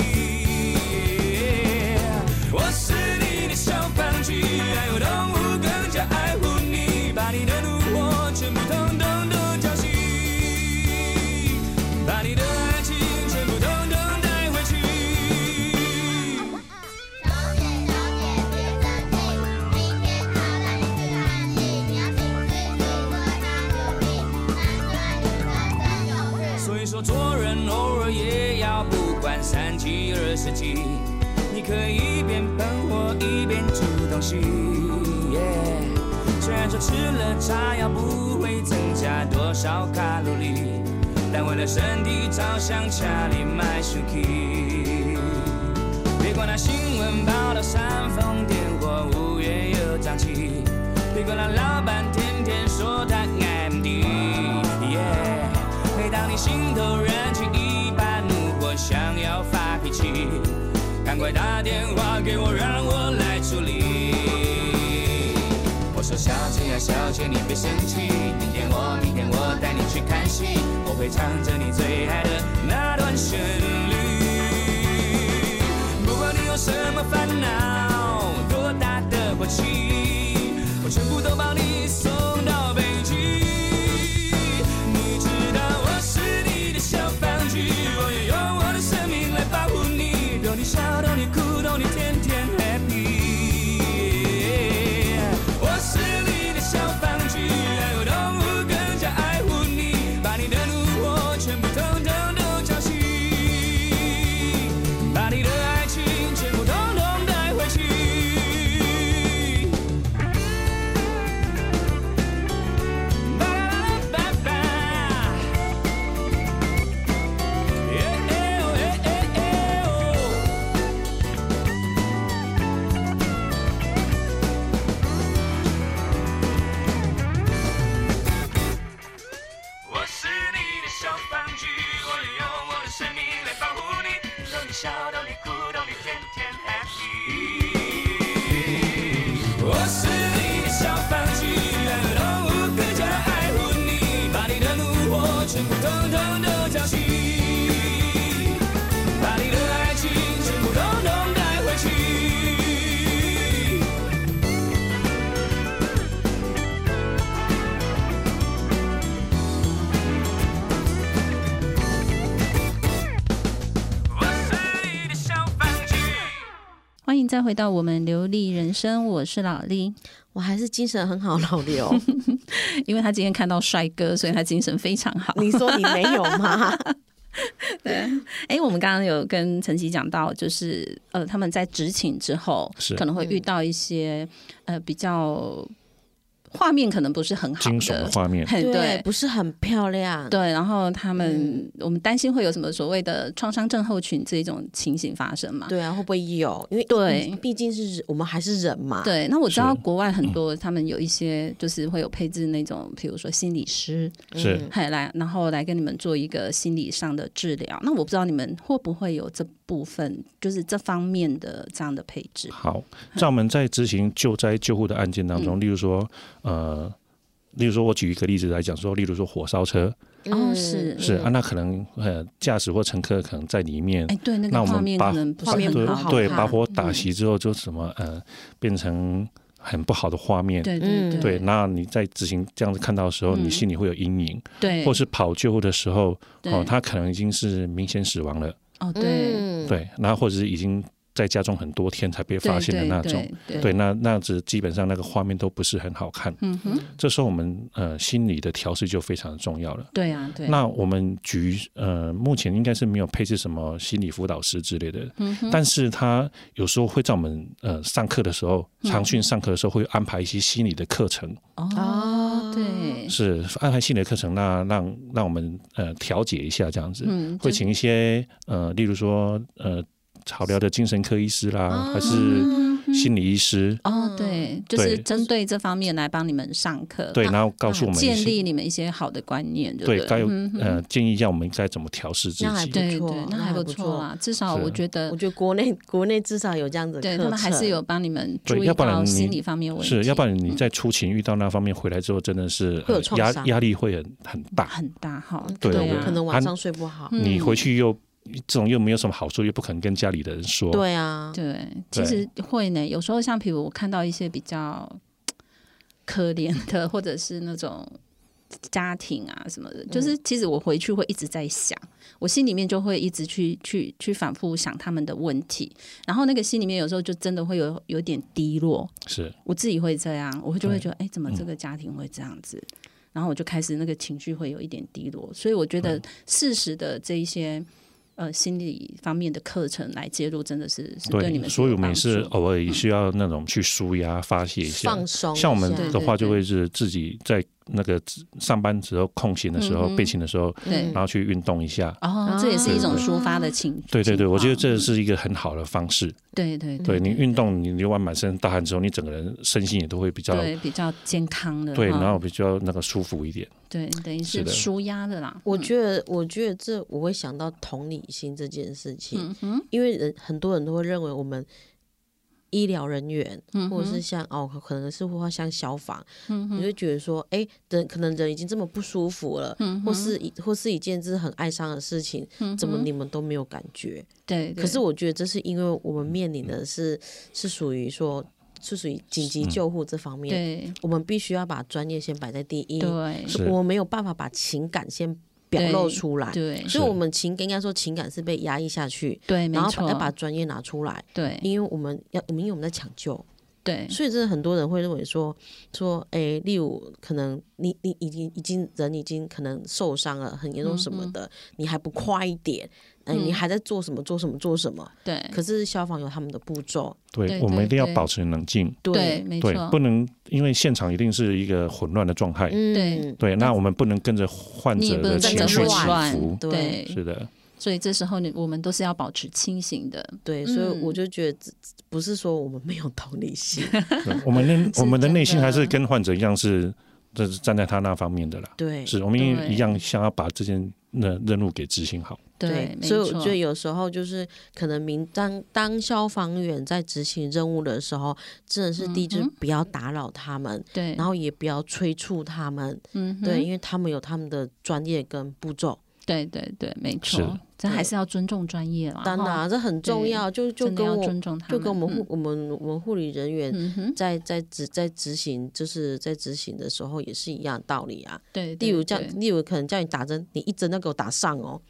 Speaker 5: 我是你的小玩具，爱我动物更加爱护你，把你的怒火全部通通都浇熄，把你的爱情全部通通带回去。
Speaker 6: 小姐，小姐，别生气，明天他带你去看戏，你要听自己说他有病，男女男真有事。
Speaker 5: 所以说，做人偶尔也要不管三七二十七，你可以一边喷火一边煮东西。Yeah, 虽然说吃了炸药不会增加多少卡路里，但为了身体着想，家里买 s u k 别管那新闻报道煽风点火，五月又涨起。别管那老板天天说他 MD，yeah, 每当你心头燃起一把怒火，想要发脾气，赶快打电话给我，让我来处理。我说小姐呀、小姐，你别生气，明天我明天我带你去看戏，我会唱着你最爱的那段旋律。不管你有什么烦恼，多大的火气，我全部都帮你送到北京。你知道我是你的小玩具，我也用我的生命来保护你，逗你笑，逗你哭，逗你天天 happy。我是你哎全部统统都缴齐，把你的爱情全部统统带回去。我是你的小番茄。
Speaker 1: 欢迎再回到我们流利人生，我是老丽。
Speaker 2: 我还是精神很好，老刘。
Speaker 1: 因为他今天看到帅哥，所以他精神非常好。
Speaker 2: 你说你没有 吗？
Speaker 1: 哎，我们刚刚有跟晨曦讲到，就是呃，他们在执勤之后
Speaker 3: 是，
Speaker 1: 可能会
Speaker 2: 嗯
Speaker 1: 遇到一些、呃比较画面可能不是很好
Speaker 3: 惊悚的
Speaker 1: 的，
Speaker 3: 画面，
Speaker 1: 很对。
Speaker 2: 不是很漂亮。
Speaker 1: 对，然后他
Speaker 2: 嗯
Speaker 1: 们，我们担心会有什么所谓的创伤症候群这种情形发生嘛？
Speaker 2: 对啊，会不会有？因为
Speaker 1: 对
Speaker 2: 毕竟是人我们还是人嘛。
Speaker 1: 对，那我知道
Speaker 3: 是嗯
Speaker 1: 国外很多，他们有一些就是会有配置那种，比如说心理师，
Speaker 3: 是
Speaker 2: 嗯
Speaker 1: 还来，然后来跟你们做一个心理上的治疗。那我不知道你们会不会有这部分，就是这方面的这样的配置。
Speaker 3: 好，在我们在执行救灾救护的案件当
Speaker 1: 嗯
Speaker 3: 中，例如说，呃，例如说，我举一个例子来讲说，例如说火烧车
Speaker 2: 嗯
Speaker 1: 哦，是
Speaker 3: 是啊，那可能呃驾驶或乘客可能在里面
Speaker 1: 哎，，对，那
Speaker 3: 那
Speaker 1: 个
Speaker 3: 我
Speaker 1: 画
Speaker 3: 们
Speaker 1: 面
Speaker 3: 把
Speaker 1: 可能不
Speaker 2: 画
Speaker 1: 是
Speaker 2: 面
Speaker 3: 对
Speaker 1: 很
Speaker 2: 不好
Speaker 1: 好。嗯
Speaker 3: 对，
Speaker 2: 看
Speaker 3: 把火打熄之后就什么呃变成很不好的画面。
Speaker 1: 对
Speaker 2: 嗯
Speaker 1: 对
Speaker 3: 对，那你在执行这样子看到的时候，你心里会有阴影，
Speaker 1: 对，
Speaker 3: 或是跑救护的时候，
Speaker 1: 对
Speaker 3: 哦，他可能已经是明显死亡了，
Speaker 1: 哦对，
Speaker 2: 嗯，
Speaker 3: 对，那或者是已经在家中很多天才被
Speaker 1: 对
Speaker 3: 发现的那种，，
Speaker 1: 对
Speaker 3: 对，
Speaker 1: 对，
Speaker 3: 那那样子基本上那个画面都不是很好看。
Speaker 1: 嗯哼，
Speaker 3: 这时候我们呃心理的调试就非常重要了。
Speaker 1: 对啊，对，
Speaker 3: 那我们局呃目前应该是没有配置什么心理辅导师之类的，
Speaker 1: 嗯
Speaker 3: 但是他有时候会在我们呃上课的时候，
Speaker 1: 嗯
Speaker 3: 长训上课的时候会安排一些心理的课程，
Speaker 1: 哦对，
Speaker 3: 是安排心理的课程，那让让我们呃调节一下这样子，
Speaker 1: 嗯，
Speaker 3: 会
Speaker 1: 就
Speaker 3: 请一些呃例如说呃草疗的精神科医师啦，还是
Speaker 1: 嗯嗯
Speaker 3: 心理医师，
Speaker 1: 哦
Speaker 2: 嗯
Speaker 1: 对，就是
Speaker 3: 对
Speaker 1: 针对这方面来帮你们上课，
Speaker 3: 对，然后告诉我们一
Speaker 1: 呃建
Speaker 3: 些。
Speaker 1: 立你们一些好的观念，对
Speaker 3: 对
Speaker 1: 不，
Speaker 3: 该
Speaker 1: 对
Speaker 3: 有呃建议一下我们该怎么调试自
Speaker 2: 那还
Speaker 3: 己。
Speaker 1: 对
Speaker 2: 不错
Speaker 1: 对，那
Speaker 2: 那
Speaker 1: 还
Speaker 2: 还
Speaker 1: 不
Speaker 2: 不
Speaker 1: 错
Speaker 2: 错
Speaker 1: 啦，至少
Speaker 3: 是
Speaker 1: 我觉得
Speaker 2: 我，觉得国内国内至少有这样子的
Speaker 1: 对
Speaker 2: 课
Speaker 1: 他们还是
Speaker 2: 程
Speaker 1: 有帮你们
Speaker 3: 对
Speaker 1: 注意
Speaker 3: 要不然
Speaker 1: 到
Speaker 3: 你
Speaker 1: 心理方面问题，
Speaker 3: 是，要不然你在出勤遇到那方面回来之后，真的是
Speaker 2: 会有
Speaker 3: 呃
Speaker 2: 创
Speaker 3: 压
Speaker 2: 伤
Speaker 3: 压力会很很大。
Speaker 1: 很大哈，
Speaker 3: 对
Speaker 2: 可能
Speaker 3: 对
Speaker 1: 啊，
Speaker 2: 可能
Speaker 3: 啊
Speaker 2: 晚上睡不好。
Speaker 1: 嗯
Speaker 3: 你回去又这种又没有什么好处，又不肯跟家里的人说。
Speaker 2: 对啊，
Speaker 1: 对，其实会呢。有时候像比如我看到一些比较可怜的，或者是那种家庭啊什么的，就是其实我回去会一直在想，我心里面就会一直去去去反复想他们的问题，然后那个心里面有时候就真的会有有点低落，
Speaker 3: 是
Speaker 1: 我自己会这样，我就会
Speaker 3: 对嗯
Speaker 1: 觉得，哎，怎么这个家庭会这样子？然后我就开始那个情绪会有一点低落，所以我觉
Speaker 3: 嗯
Speaker 1: 得适时的这一些呃心理方面的课程来介入，真的是是对你们
Speaker 3: 所以我们也
Speaker 1: 是
Speaker 3: 是
Speaker 1: 有帮助
Speaker 3: 偶尔也需要那种去舒压、发泄一下
Speaker 2: 放。松一下。
Speaker 3: 像我们
Speaker 1: 对
Speaker 3: 的
Speaker 1: 对
Speaker 3: 话，就
Speaker 1: 对
Speaker 3: 会是自己在那个上班时候、空闲的时候
Speaker 1: 嗯、哼
Speaker 3: 备勤的时候，
Speaker 1: 对
Speaker 3: 然后去运动一下。
Speaker 1: 哦，这也是啊一种抒发的情。
Speaker 3: 对对对，我觉得这
Speaker 1: 是
Speaker 3: 是一个很好的方式。
Speaker 1: 对嗯对
Speaker 3: 对你运动，你流完满身大汗之后，你整个人身心也都会比较
Speaker 1: 对比较健康的
Speaker 3: 对，
Speaker 1: 嗯哈
Speaker 3: 然后比较那个舒服一点。
Speaker 1: 对等于
Speaker 3: 是
Speaker 1: 是
Speaker 3: 的
Speaker 1: 舒压的啦。
Speaker 2: 我
Speaker 1: 嗯
Speaker 2: 觉得，我觉得这我会想到同理心这件事
Speaker 1: 嗯
Speaker 2: 情，因为人很多人都会认为我们医疗人员，
Speaker 1: 嗯
Speaker 2: 或者是像哦，可能是或像消防，你
Speaker 1: 嗯
Speaker 2: 会觉得说，哎，人可能人已经这么不舒服了，
Speaker 1: 嗯
Speaker 2: 或是一或是一件就是很哀伤的事情，怎么你们都没有感觉？
Speaker 1: 对，嗯对嗯
Speaker 2: 可是我觉得这是因为我们面临的是是属于说是属于紧急救护这方面，
Speaker 1: 对
Speaker 2: 我们必须要把专业先摆在第一，
Speaker 1: 对
Speaker 3: 是
Speaker 2: 我们没有办法把情感先表
Speaker 1: 对
Speaker 2: 露出来，
Speaker 1: 对
Speaker 2: 所以我们情感应该说情感是被压抑下去，
Speaker 1: 对，没
Speaker 2: 然后把
Speaker 1: 错
Speaker 2: 要，把专业拿出来，
Speaker 1: 对
Speaker 2: 因为我们要我们因为我们在抢救，
Speaker 1: 对
Speaker 2: 所以真的很多人会认为说说，哎，例如可能你你已经已经人已经可能受伤了，很
Speaker 1: 嗯
Speaker 2: 严重什么的，你还不快一点，嗯、你还在做什么做什么做什么？
Speaker 1: 对
Speaker 2: 可是消防有他们的步骤，
Speaker 3: 对，
Speaker 1: 对
Speaker 3: 我们
Speaker 1: 对
Speaker 3: 一定要
Speaker 1: 对
Speaker 3: 保持冷静，
Speaker 1: 对，没
Speaker 3: 对，
Speaker 1: 错
Speaker 3: 不。能因为现场一定是一个混乱的状态，
Speaker 2: 嗯
Speaker 1: 对
Speaker 3: 对，那我们不能跟着患
Speaker 1: 你也
Speaker 3: 者
Speaker 1: 不
Speaker 3: 的
Speaker 1: 能
Speaker 2: 跟
Speaker 1: 真
Speaker 3: 情
Speaker 1: 的
Speaker 2: 着
Speaker 3: 绪
Speaker 2: 混
Speaker 3: 起
Speaker 1: 乱
Speaker 3: 伏，，
Speaker 2: 对
Speaker 3: 是的，
Speaker 1: 所以这时候你我们都是要保持清醒的，
Speaker 2: 对，所以
Speaker 1: 嗯
Speaker 2: 我就觉得这不是说我们没有同理心，
Speaker 3: 对我们的我们的
Speaker 1: 真
Speaker 3: 内心还
Speaker 1: 的
Speaker 3: 是跟患者一样是这是站在他那方面的啦。
Speaker 2: 对，
Speaker 3: 是我们也
Speaker 1: 对
Speaker 3: 一样想要把这件任任务给执行好。
Speaker 1: 对，没
Speaker 2: 所以我
Speaker 1: 错
Speaker 2: 觉得有时候就是可能民当当消防员在执行任务的时候，真的是第一就是
Speaker 1: 嗯哼
Speaker 2: 不要打扰他们，
Speaker 1: 对，
Speaker 2: 然后也不要催促他们，
Speaker 1: 嗯哼，
Speaker 2: 对，因为他们有他们的专业跟步骤。
Speaker 1: 对对对，没错
Speaker 3: 是，
Speaker 1: 这还是要尊重专业啦，
Speaker 2: 当然啊，
Speaker 1: 哈，
Speaker 2: 这很重
Speaker 1: 对
Speaker 2: 要，就就
Speaker 1: 真的
Speaker 2: 跟
Speaker 1: 要
Speaker 2: 我
Speaker 1: 尊重他们，
Speaker 2: 就跟我们护
Speaker 1: 嗯
Speaker 2: 我们我们护理人员
Speaker 1: 嗯哼，
Speaker 2: 在在执在执行，就是在执行的时候也是一样的道理啊。
Speaker 1: 对，
Speaker 2: 例
Speaker 1: 对
Speaker 2: 如叫
Speaker 1: 对
Speaker 2: 例如可能叫你打针，你一针都给我打上哦，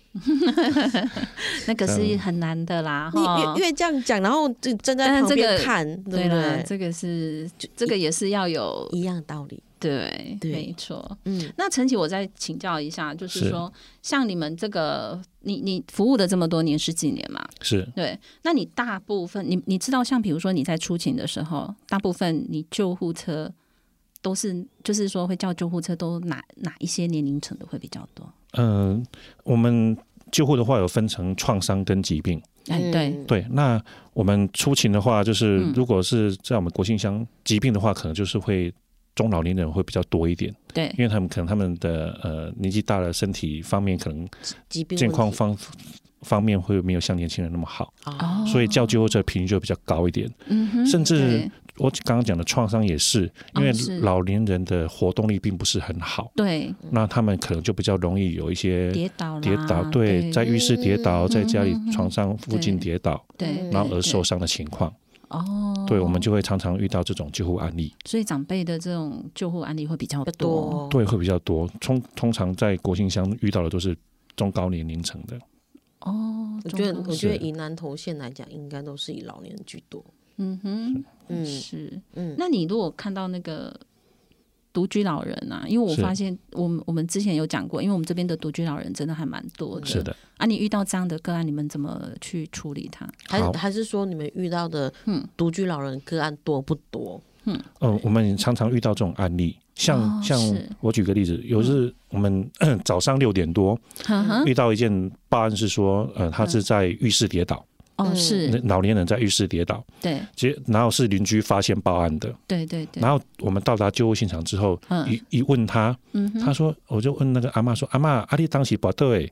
Speaker 1: 那个是
Speaker 3: 嗯
Speaker 1: 很难的啦，
Speaker 2: 你
Speaker 1: 啊哈
Speaker 2: 越越这样讲，然后就站在
Speaker 1: 但是
Speaker 2: 旁
Speaker 1: 这
Speaker 2: 边
Speaker 1: 个
Speaker 2: 看，
Speaker 1: 对
Speaker 2: 不
Speaker 1: 啦
Speaker 2: 对，？
Speaker 1: 这个是这个也是要有
Speaker 2: 一样道理。
Speaker 1: 对，
Speaker 2: 对
Speaker 1: 没错。
Speaker 2: 嗯，
Speaker 1: 那陈琦，我再请教一下，就是
Speaker 3: 是
Speaker 1: 说，像你们这个，你你服务的这么多年，十几年嘛，
Speaker 3: 是
Speaker 1: 对，那你大部分，你你知道，像比如说你在出勤的时候，大部分你救护车都是，就是说会叫救护车都哪哪一些年龄层的会比较多？
Speaker 3: 嗯、我们救护的话有分成创伤跟疾病。
Speaker 1: 哎，对，
Speaker 2: 嗯，
Speaker 3: 对，那我们出勤的话，就是
Speaker 1: 嗯
Speaker 3: 如果是在我们国庆乡疾病的话，可能就是会中老年人会比较多一点，
Speaker 1: 对
Speaker 3: 因为他们可能他们的呃年纪大了，身体方面可能
Speaker 2: 疾病
Speaker 3: 健
Speaker 2: 问
Speaker 3: 康
Speaker 2: 题
Speaker 3: 方方面会没有像年轻人那么好，
Speaker 2: 啊，
Speaker 1: 哦，
Speaker 3: 所以叫救护车频率就比较高一点。
Speaker 1: 嗯哼，
Speaker 3: 甚至
Speaker 1: 对
Speaker 3: 我刚刚讲的创伤也是，因为
Speaker 1: 哦是
Speaker 3: 老年人的活动力并不是很好，
Speaker 1: 对
Speaker 3: 那他们可能就比较容易有一些
Speaker 1: 跌倒啦
Speaker 3: 跌倒，对，在浴室跌倒，在家里
Speaker 1: 嗯嗯嗯
Speaker 3: 床上附近
Speaker 1: 对
Speaker 3: 跌倒，
Speaker 2: 嗯
Speaker 1: 对，
Speaker 3: 然后而受
Speaker 1: 对
Speaker 3: 伤的情况。
Speaker 1: 哦，
Speaker 3: 对，我们就会常常遇到这种救护案例，
Speaker 1: 所以长辈的这种救护案例会比较
Speaker 2: 不多，
Speaker 1: 嗯
Speaker 3: 对，会比较多。通通常在国庆乡遇到的都是中高年龄层的，
Speaker 1: 哦。
Speaker 2: 我觉得
Speaker 1: 中高
Speaker 2: 我觉得
Speaker 3: 是
Speaker 2: 以南投县来讲，应该都是以老年人居多。
Speaker 1: 嗯哼，
Speaker 2: 嗯
Speaker 1: 是。
Speaker 2: 嗯，
Speaker 1: 那你如果看到那个独居老人啊，因为我
Speaker 3: 是
Speaker 1: 发现我们我们之前有讲过，因为我们这边的独居老人真的还蛮多的。
Speaker 3: 是。的，
Speaker 1: 啊，你遇到这样的个案，你们怎么去处理它？
Speaker 2: 还
Speaker 3: 好
Speaker 2: 还是说你们遇到的
Speaker 1: 嗯
Speaker 2: 独居老人个案多不多？
Speaker 3: 嗯，我们常常遇到这种案例，像、
Speaker 1: 哦
Speaker 3: 像
Speaker 1: 是嗯
Speaker 3: 我举个例子，有日我们 早上六点多
Speaker 1: 呵呵，
Speaker 3: 遇到一件报案是说，呃，他是在浴室跌倒，
Speaker 1: 哦，
Speaker 3: 那
Speaker 1: 嗯是，
Speaker 3: 老年人在浴室跌倒，
Speaker 1: 对，
Speaker 3: 结然后是邻居发现报案的，
Speaker 1: 对对对
Speaker 3: 然。后我们到达救护现场之后，
Speaker 1: 嗯
Speaker 3: 一一问他，
Speaker 1: 嗯哼，
Speaker 3: 他说，我就问那个阿嬷说，阿嬷，阿你当时跋倒诶？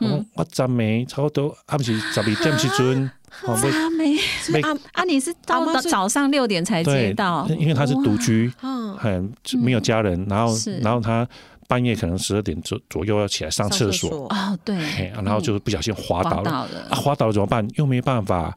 Speaker 3: 我讲
Speaker 1: 嗯
Speaker 3: 我昨暝差不多啊，不是十二点时阵，哦，要
Speaker 1: 阿梅
Speaker 3: 被
Speaker 2: 阿
Speaker 1: 啊，你是到
Speaker 2: 阿妈是
Speaker 1: 早上六点才接
Speaker 3: 对
Speaker 1: 到，，
Speaker 3: 因为他是独居，
Speaker 2: 啊，
Speaker 3: 很就没有家人，然后
Speaker 1: 是
Speaker 3: 然后他半夜可能十二点左左右要起来上厕所，
Speaker 2: 所
Speaker 1: 哦，对
Speaker 3: 嘿，，啊然后就不小心
Speaker 1: 滑
Speaker 3: 滑倒
Speaker 1: 倒
Speaker 3: 了，啊，
Speaker 1: 了，
Speaker 3: 滑倒了怎么办？又没办法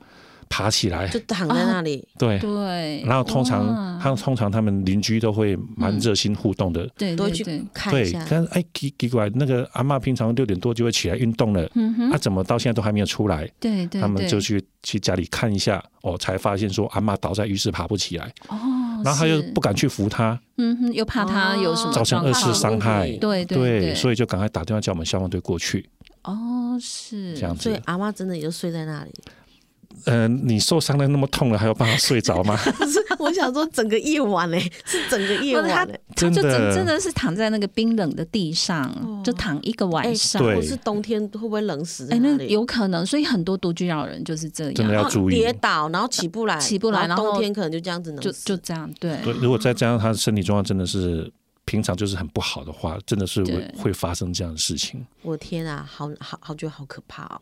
Speaker 3: 爬起来，
Speaker 2: 就躺在那里，
Speaker 1: 哦
Speaker 3: 对。
Speaker 1: 对，
Speaker 3: 然后
Speaker 1: 哇
Speaker 3: 通常他通常他们邻居都会蛮
Speaker 1: 嗯
Speaker 3: 热心互动的，
Speaker 1: 对
Speaker 2: 都会
Speaker 1: 对
Speaker 2: 去
Speaker 1: 对，
Speaker 2: 看一
Speaker 3: 对
Speaker 2: 下。。
Speaker 3: 但是哎，奇奇怪，那个阿嬷平常六点多就会起来运动了，
Speaker 1: 嗯哼，
Speaker 3: 啊，怎么到现在都还没有出来？
Speaker 1: 对对，
Speaker 3: 他们
Speaker 1: 对
Speaker 3: 就去去家里看一下，哦，才发现说阿嬷倒在浴室爬不起来，
Speaker 1: 哦，
Speaker 3: 然后他又
Speaker 1: 是
Speaker 3: 不敢去扶她，
Speaker 1: 嗯哼，又怕他有什么
Speaker 3: 造成
Speaker 1: 状
Speaker 3: 哦二
Speaker 1: 况
Speaker 3: 次伤害
Speaker 1: 对对，
Speaker 3: 所
Speaker 1: 以
Speaker 3: 以就赶快打电话叫我们消防队过去，
Speaker 1: 哦是
Speaker 3: 这样
Speaker 2: 所以
Speaker 3: 子。
Speaker 2: 阿妈真的也就睡在那里，
Speaker 3: 嗯、你受伤的那么痛了，还有办法睡 着吗？
Speaker 2: 不是？我想说整个夜晚嘞， 是整个夜
Speaker 1: 不是他
Speaker 2: 晚欸嘞。
Speaker 1: 他就
Speaker 3: 真的
Speaker 1: 真真的是躺在那个冰冷的地上，就躺一个晚上。
Speaker 3: 对
Speaker 2: 或哎是啊冬天会不会冷死在
Speaker 1: 哎，
Speaker 2: 那
Speaker 1: 那
Speaker 2: 里？
Speaker 1: 有可能，所以很多独居老人就是这
Speaker 3: 真的
Speaker 1: 样，
Speaker 3: 要
Speaker 2: 啊
Speaker 3: 注意
Speaker 2: 跌。倒，然后起不来，
Speaker 1: 起不来然后
Speaker 2: 冬天可能就这样子冷
Speaker 1: 就
Speaker 2: 死
Speaker 1: 就这样，对
Speaker 3: 对，如果再加上他的身体状况真的是平常就是很不好的话，真的是会
Speaker 1: 对
Speaker 3: 会发生这样的事情。
Speaker 2: 我天啊，好好好觉得好可怕哦！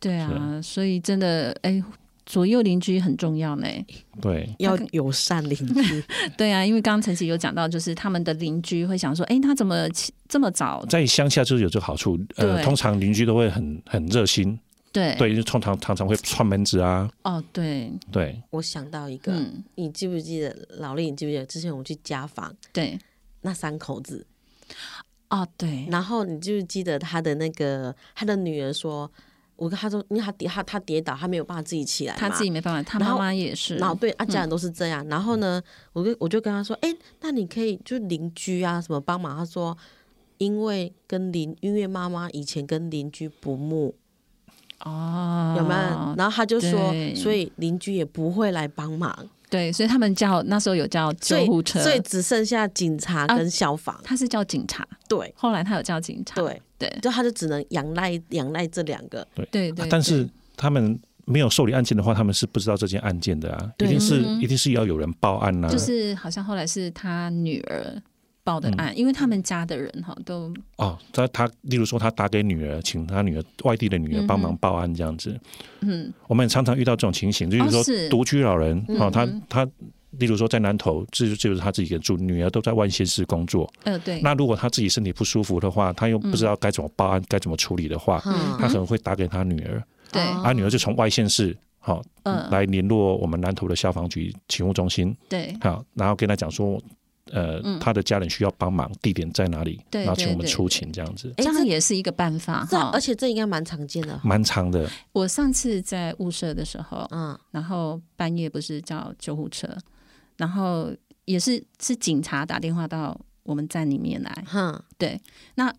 Speaker 1: 对啊，所以真的哎。左右邻居很重要呢，
Speaker 3: 对，
Speaker 2: 要友善邻 居，
Speaker 1: 对啊，因为刚刚陈琦有讲到，就是他们的邻居会想说，哎，他怎么起这么早？
Speaker 3: 在乡下就是有这个好处，呃，
Speaker 1: 对
Speaker 3: 通常邻居都会很很热心，
Speaker 1: 对，
Speaker 3: 对，就通常常常会串门子啊，
Speaker 1: 哦，对，
Speaker 3: 对，
Speaker 2: 我想到一个，
Speaker 1: 嗯，
Speaker 2: 你记不记得老李？你记不记得之前我们去家访
Speaker 1: 对，
Speaker 2: 那三口子？
Speaker 1: 哦，对，
Speaker 2: 然后你记不记得他的那个他的女儿说，我跟他说，因为他跌他他跌倒，他没有办法自己起来嘛，
Speaker 1: 他自己嗯没办法，他
Speaker 2: 然
Speaker 1: 妈
Speaker 2: 后
Speaker 1: 妈也是，
Speaker 2: 然后对啊，家人都是这样。然后呢，我就我就跟他说，哎、那你可以就邻居啊什么帮忙。他说，因为跟邻，因为妈妈以前跟邻居不睦，
Speaker 1: 哦，
Speaker 2: 有没有？然后他就说，
Speaker 1: 对
Speaker 2: 所以邻居也不会来帮忙，
Speaker 1: 对，所以他们叫那时候有叫
Speaker 2: 所
Speaker 1: 救
Speaker 2: 以
Speaker 1: 护车，
Speaker 2: 所以只剩下警察
Speaker 1: 啊
Speaker 2: 跟消防。
Speaker 1: 他是叫警察，
Speaker 2: 对
Speaker 1: 后来他有叫警察，
Speaker 2: 对，
Speaker 1: 对
Speaker 2: 就他就只能仰赖仰赖这两个。
Speaker 1: 对
Speaker 3: 啊
Speaker 1: 对，
Speaker 3: 但是他们。没有受理案件的话，他们是不知道这件案件的啊，一
Speaker 2: 对
Speaker 3: 定是
Speaker 1: 嗯
Speaker 3: 呃一定是要有人报案呐、啊
Speaker 1: 对就是好像后来是他女儿报的
Speaker 3: 嗯
Speaker 1: 案，因为他们家的人哈都
Speaker 3: 哦，他他，例如说他打给女儿，请他女儿外地的女儿帮
Speaker 1: 嗯
Speaker 3: 忙
Speaker 1: 哼
Speaker 3: 报案这样子。
Speaker 1: 嗯
Speaker 3: 我们也常常遇到这种情形，就是
Speaker 1: 哦
Speaker 3: 说
Speaker 1: 是
Speaker 3: 独居老人
Speaker 1: 嗯
Speaker 3: 哦，他
Speaker 1: 嗯
Speaker 3: 他。例如说，在南投，这就就是他自己一个人住，女儿都在外县市工作。
Speaker 1: 呃对，嗯
Speaker 3: 那如果他自己身体不舒服的话，他又不知道该怎么报案、该怎么处理的话，
Speaker 1: 啊
Speaker 2: 嗯
Speaker 3: 他可能会打给他女儿，
Speaker 1: 对
Speaker 2: 哦
Speaker 3: 他女儿就从外县市好、
Speaker 1: 啊嗯
Speaker 3: 来联络我们南投的消防局勤务中心，
Speaker 1: 对
Speaker 3: 好、然后跟他讲说，呃，
Speaker 1: 嗯
Speaker 3: 他的家人需要帮忙，地点在哪里，
Speaker 1: 对
Speaker 3: 然后请
Speaker 1: 对
Speaker 3: 我们
Speaker 1: 对
Speaker 3: 出勤这样子，
Speaker 1: 这
Speaker 2: 哎这
Speaker 1: 样也是一个办法
Speaker 2: 这
Speaker 1: 哈
Speaker 2: 而。且这应该蛮常见的。
Speaker 3: 蛮长的，
Speaker 1: 我上次在物社的时候，
Speaker 2: 嗯，
Speaker 1: 然后半夜不是叫救护车，然后也是是警察打电话到我们站里面来，
Speaker 2: 嗯哼，
Speaker 1: 对，那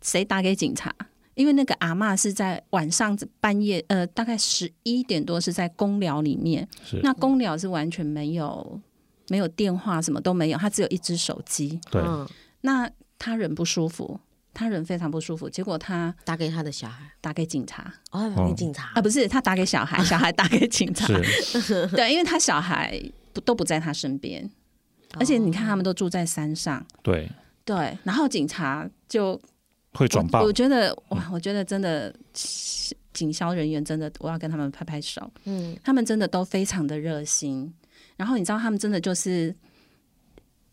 Speaker 1: 谁打给警察？因为那个阿嬷是在晚上半夜，呃，大概十一点多是在公寮里面，
Speaker 3: 是
Speaker 1: 那公寮是完全没有没有电话，什么都没有，他只有一只手机。
Speaker 3: 对，
Speaker 2: 嗯，
Speaker 1: 那他人不舒服，他人非常不舒服，结果他
Speaker 2: 打给他的小孩，
Speaker 1: 打给警察
Speaker 2: 哦，打给警察
Speaker 1: 啊，，不是他打给小 孩，小孩打给警察，
Speaker 3: 是
Speaker 1: 对，因为他小孩不都不在他身边，
Speaker 3: 哦
Speaker 1: 而且你看他们
Speaker 2: 哦
Speaker 1: 都住在山上，
Speaker 3: 对，
Speaker 1: 对，然后警察就
Speaker 3: 会转嗯报
Speaker 1: 我。我觉得哇，我觉得真的警消人员真的，我要跟他们拍拍手，
Speaker 2: 嗯，
Speaker 1: 他们真的都非常的热心。然后你知道，他们真的就是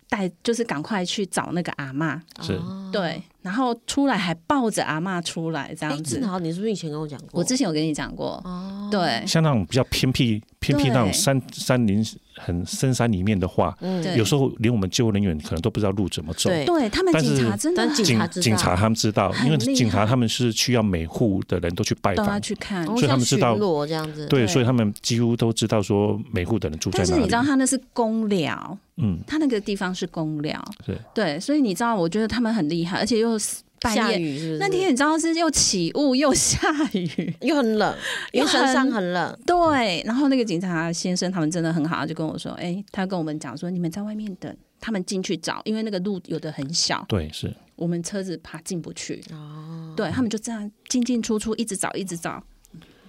Speaker 1: 带，就是赶快去找那个阿嬷，
Speaker 3: 是
Speaker 2: 哦，
Speaker 1: 对，然后出来还抱着阿嬷出来这
Speaker 2: 哎，
Speaker 1: 样
Speaker 2: 正
Speaker 1: 子。
Speaker 2: 好你是不是以前跟我讲过？
Speaker 1: 我之前有跟你讲过，
Speaker 2: 哦，
Speaker 1: 对
Speaker 3: 像那种比较偏僻、偏僻那
Speaker 1: 对
Speaker 3: 种山山林很深山里面的话，
Speaker 2: 嗯
Speaker 1: 对
Speaker 3: 有时候连我们救护人员可能都不知道路怎么走。
Speaker 2: 对
Speaker 1: 对他们
Speaker 3: 但
Speaker 1: 警
Speaker 3: 是
Speaker 1: 察真的很
Speaker 2: 但警
Speaker 3: 警
Speaker 2: 察知道
Speaker 3: 警察他们知道，
Speaker 1: 很
Speaker 3: 因为
Speaker 1: 厉害
Speaker 3: 警察他们是需要每户的人都去拜
Speaker 1: 都要
Speaker 3: 访，
Speaker 1: 去看。
Speaker 2: 哦
Speaker 3: 所以他们知道
Speaker 2: 像巡逻这样子，
Speaker 3: 对，
Speaker 1: 对
Speaker 3: 所以他们几乎都知道说每户的人住在
Speaker 1: 但是
Speaker 3: 哪
Speaker 1: 你知道，
Speaker 3: 里。
Speaker 1: 他那是公寮，
Speaker 3: 嗯，
Speaker 1: 他那个地方是公寮，
Speaker 3: 是
Speaker 1: 对，所以你知道，我觉得他们很厉害，而且又是半
Speaker 2: 下
Speaker 1: 夜
Speaker 2: 雨是不是？
Speaker 1: 那天你知道是又起雾又下雨，
Speaker 2: 又很冷，因
Speaker 1: 又
Speaker 2: 为
Speaker 1: 很
Speaker 2: 山上很冷，
Speaker 1: 对。然后那个警察先生他们真的很好，他就跟我说，哎、他跟我们讲说，你们在外面等，他们进去找，因为那个路有的很小，
Speaker 3: 对，是
Speaker 1: 我们车子爬进不去。哦，对他们就这样进进出出，一直找，一直找，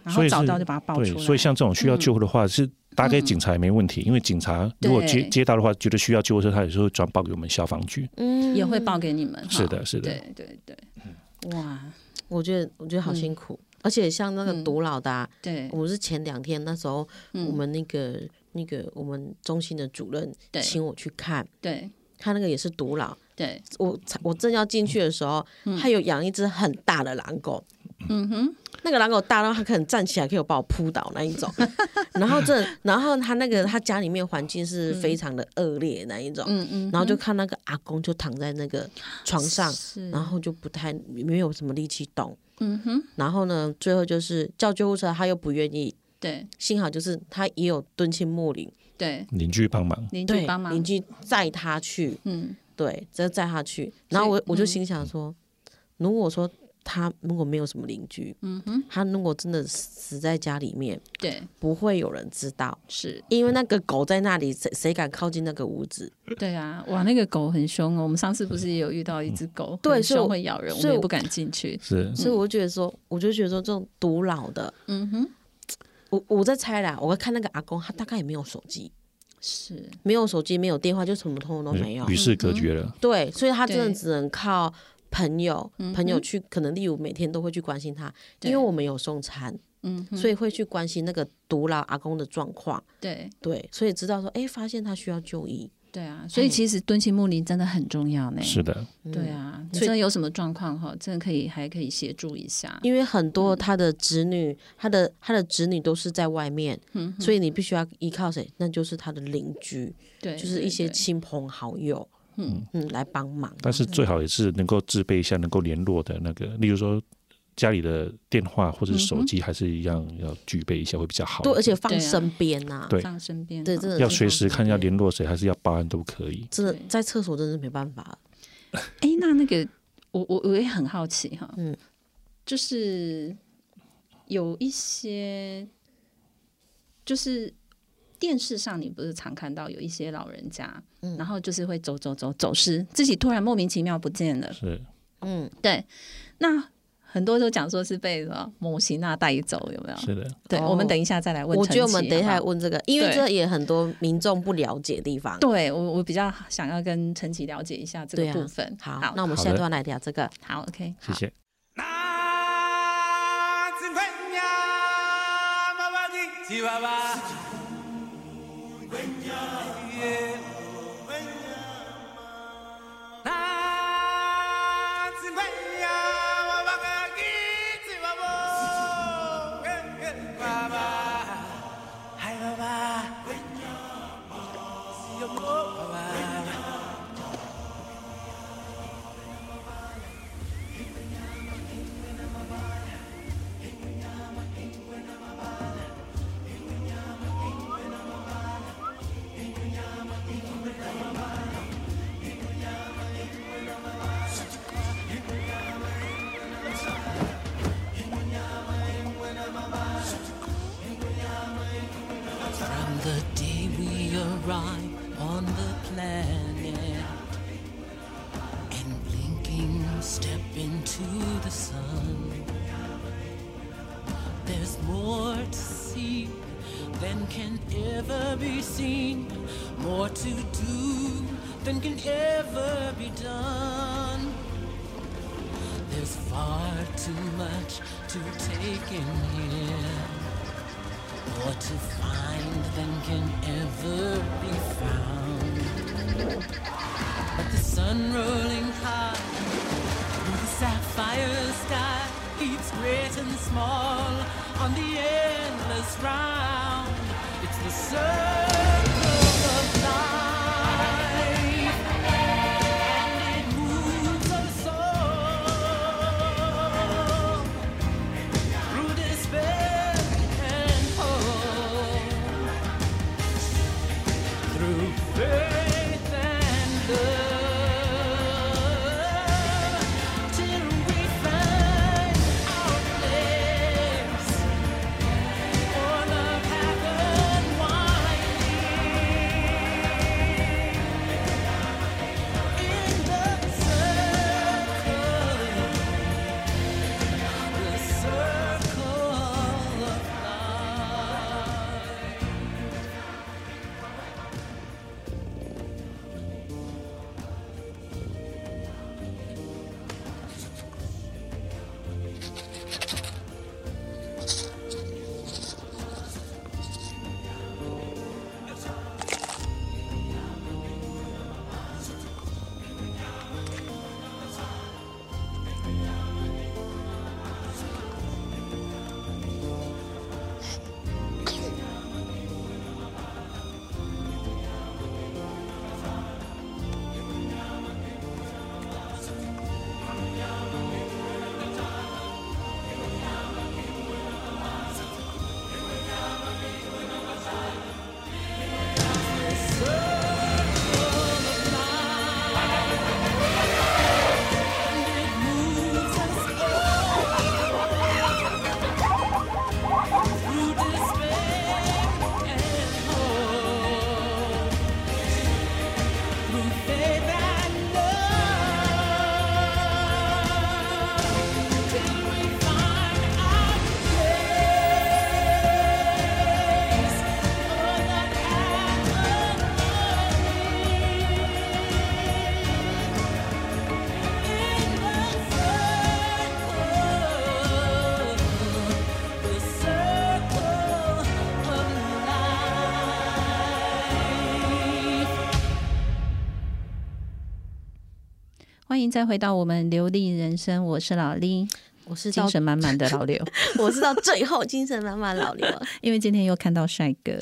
Speaker 1: 然
Speaker 3: 所
Speaker 1: 后
Speaker 3: 以是
Speaker 1: 找到就把它抱
Speaker 3: 对
Speaker 1: 出，来。
Speaker 3: 所以像这种需要救护的话，是打给
Speaker 1: 嗯
Speaker 3: 警察也没问题，因为警察如果接
Speaker 1: 对
Speaker 3: 接到的话，觉得需要救护车，他有时候会转报给我们消防局。
Speaker 2: 嗯
Speaker 1: 也会报。给你们。哈
Speaker 3: 是的是的
Speaker 1: 对对对，哇，
Speaker 2: 我觉得我觉得好辛苦，
Speaker 1: 嗯
Speaker 2: 而且像那个独老的啊，
Speaker 1: 对，
Speaker 2: 我们是前两天那时候我
Speaker 1: 嗯，
Speaker 2: 们那个那个我们中心的主任
Speaker 1: 对
Speaker 2: 请我去看，
Speaker 1: 对
Speaker 2: 他那个也是独老，
Speaker 1: 对，
Speaker 2: 我才我正要进去的时候，他有养一只很大的狼狗，
Speaker 1: 嗯哼，
Speaker 2: 那个狼狗大到它可能站起来可以把我扑倒那一种，然后这然后他那个他家里面环境是非常的恶劣那一种，
Speaker 1: 嗯嗯，
Speaker 2: 然后就看那个阿公就躺在那个床上，
Speaker 1: 是，
Speaker 2: 然后就不太没有什么力气动，
Speaker 1: 嗯哼，
Speaker 2: 然后呢最后就是叫救护车他又不愿意，
Speaker 1: 对
Speaker 2: 幸好就是他也有蹲进木林，
Speaker 1: 对，
Speaker 3: 邻居帮忙，
Speaker 1: 邻
Speaker 2: 对
Speaker 1: 居帮忙，
Speaker 2: 邻居载他去，
Speaker 1: 嗯，
Speaker 2: 对，再载他去，然后
Speaker 1: 所以
Speaker 2: 我我就
Speaker 1: 嗯
Speaker 2: 心想说，如果说他如果没有什么邻居，
Speaker 1: 嗯哼，
Speaker 2: 他如果真的死在家里面，
Speaker 1: 对，
Speaker 2: 不会有人知道。
Speaker 1: 是，
Speaker 2: 因为那个狗在那里，谁谁敢靠近那个屋子？
Speaker 1: 对啊，哇，那个狗很凶哦。我们上次不是也有遇到一只狗，
Speaker 2: 对
Speaker 1: 很
Speaker 2: 所以
Speaker 1: 凶
Speaker 2: 我
Speaker 1: 会咬人，我
Speaker 2: 所
Speaker 1: 们
Speaker 2: 以
Speaker 1: 也
Speaker 2: 我
Speaker 1: 不敢进去。
Speaker 3: 是
Speaker 2: 所以我就觉得说，我就觉得说，这种独老的，
Speaker 1: 嗯哼，
Speaker 2: 我我在猜啦。我看那个阿公，他大概也没有手机，
Speaker 1: 是，
Speaker 2: 没有手机，没有电话，就什么通通都没有
Speaker 3: 与。世隔绝了。
Speaker 2: 对，所以他真的
Speaker 1: 嗯对
Speaker 2: 只能靠朋友，
Speaker 1: 嗯
Speaker 2: 朋友
Speaker 1: 哼
Speaker 2: 去，可能例如每天都会去关心他，因为
Speaker 1: 对
Speaker 2: 我们有送餐，
Speaker 1: 嗯哼，
Speaker 2: 所以会去关心那个独老阿公的状况。
Speaker 1: 对
Speaker 2: 对，所以知道说，哎，发现他需要就医。
Speaker 1: 对啊，
Speaker 2: 哎
Speaker 1: 所以其实蹲亲睦邻真的很重要呢。
Speaker 3: 是的，
Speaker 1: 对啊，你
Speaker 2: 嗯所以
Speaker 1: 真的有什么状况哈，真的可以还可以协助一下。
Speaker 2: 因为很
Speaker 1: 嗯
Speaker 2: 多他的子女，他的他的子女都是在外面，
Speaker 1: 嗯
Speaker 2: 所以你必须要依靠谁？那就是他的邻居，
Speaker 1: 对，
Speaker 2: 就是
Speaker 1: 对
Speaker 2: 一些
Speaker 1: 对
Speaker 2: 亲朋好友，
Speaker 1: 嗯
Speaker 2: 嗯，来帮忙。
Speaker 3: 但是最好也是能够自备一下能够联络的那个，例如说家里的电话或者手机，还是一样要具备一下会比较好。
Speaker 2: 对，而且放
Speaker 1: 对啊
Speaker 2: 身边呐、
Speaker 3: 对
Speaker 1: 放身边
Speaker 2: 对，
Speaker 1: 哈
Speaker 2: 真的
Speaker 3: 要
Speaker 2: 是
Speaker 3: 随
Speaker 2: 放
Speaker 3: 时
Speaker 2: 身
Speaker 3: 看要
Speaker 2: 边，
Speaker 3: 联络谁，还是要报案都可以。
Speaker 2: 真的
Speaker 1: 对
Speaker 2: 在厕所真的是没办法。
Speaker 1: 哎，那那个我我我也很好奇哈，
Speaker 2: 嗯
Speaker 1: 就是有一些，就是电视上你不是常看到有一些老人家，
Speaker 2: 嗯
Speaker 1: 然后就是会走走走走失，自己突然莫名其妙不见了，
Speaker 3: 是
Speaker 2: 嗯，
Speaker 1: 对，那很多都讲说是被什么某型娜带走，有没有？
Speaker 3: 是的，
Speaker 1: 对，
Speaker 2: 哦
Speaker 1: 我们等一下再来问
Speaker 2: 我
Speaker 1: 陈琦。
Speaker 2: 觉得我们等一下
Speaker 1: 好不好
Speaker 2: 问这个，因为
Speaker 1: 对
Speaker 2: 这也很多民众不了解的地方。
Speaker 1: 对我我比较想要跟陈琦了解一下这
Speaker 2: 对
Speaker 1: 个
Speaker 2: 啊
Speaker 1: 部分。
Speaker 2: 好，
Speaker 1: 好，
Speaker 2: 那我们
Speaker 3: 好
Speaker 2: 下
Speaker 3: 的
Speaker 2: 段来聊这个。
Speaker 1: 好 OK，
Speaker 3: 谢谢。
Speaker 5: 那只快呀，妈妈的吉娃娃。那只快呀，妈妈的吉娃娃，娃娃，嗨娃娃，吉娃娃。
Speaker 7: From the day we arrive on the planet and blinking step into the sun, there's more to see than can ever be seen, more to do than can ever be done. There's far too much to take in here more to find than can ever be found. But the sun rolling high through the sapphire sky keeps great and small on the endless round. It's the circle of life, and it moves our soul through despair and hope, through faith and love, till we find our place on a path unwinding in the circle. The circle of life.
Speaker 1: 欢迎再回到我们流利人生，我是老李，
Speaker 2: 我是到
Speaker 1: 精神满满的老 刘，
Speaker 2: 我是到最后精神满满老 刘了，
Speaker 1: 因为今天又看到帅 哥，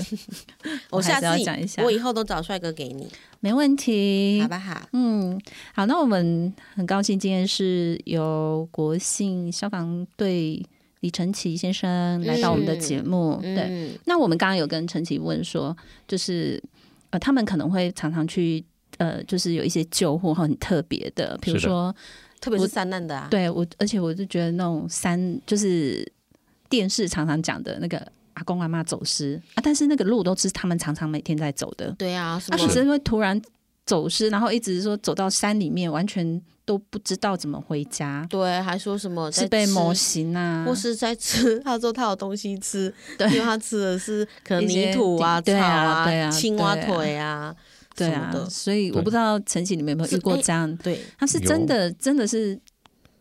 Speaker 2: 我
Speaker 1: 还
Speaker 2: 下
Speaker 1: 是要
Speaker 2: 次
Speaker 1: 讲一下
Speaker 2: 我，以后都找帅哥给你，
Speaker 1: 没问题，
Speaker 2: 好不好？
Speaker 1: 嗯，好，那我们很高兴今天是由国信消防队李晨奇先生来到我们的节目。对，
Speaker 2: 嗯，
Speaker 1: 那我们刚刚有跟晨奇问说，就是呃，他们可能会常常去呃，就是有一些救护很特别的，比如
Speaker 3: 是的
Speaker 1: 说，
Speaker 2: 特别是
Speaker 1: 我
Speaker 2: 三难的啊，
Speaker 1: 对我，而且我就觉得那种三就是电视常常讲的那个阿公阿妈走失啊，但是那个路都是他们常常每天在走的，
Speaker 2: 对啊，什
Speaker 1: 啊，
Speaker 2: 么
Speaker 1: 只是会突然走失，然后一直说走到山里面，完全都不知道怎么回家，
Speaker 2: 对，还说什么在
Speaker 1: 是被
Speaker 2: 吃
Speaker 1: 模型啊，
Speaker 2: 或是在吃，他说他有东西吃，
Speaker 1: 对
Speaker 2: 因为他吃 的是可能
Speaker 1: 一些
Speaker 2: 泥土啊、
Speaker 1: 对
Speaker 2: 草
Speaker 1: 啊对啊
Speaker 2: 青
Speaker 1: 对
Speaker 2: 蛙
Speaker 1: 啊
Speaker 2: 腿啊，
Speaker 1: 对
Speaker 2: 什么
Speaker 1: 啊，
Speaker 2: 的
Speaker 1: 所以我
Speaker 3: 对
Speaker 1: 不知道晨曦你们有没有遇过
Speaker 2: 是哎
Speaker 1: 这样，
Speaker 2: 对，
Speaker 1: 他是真的真的是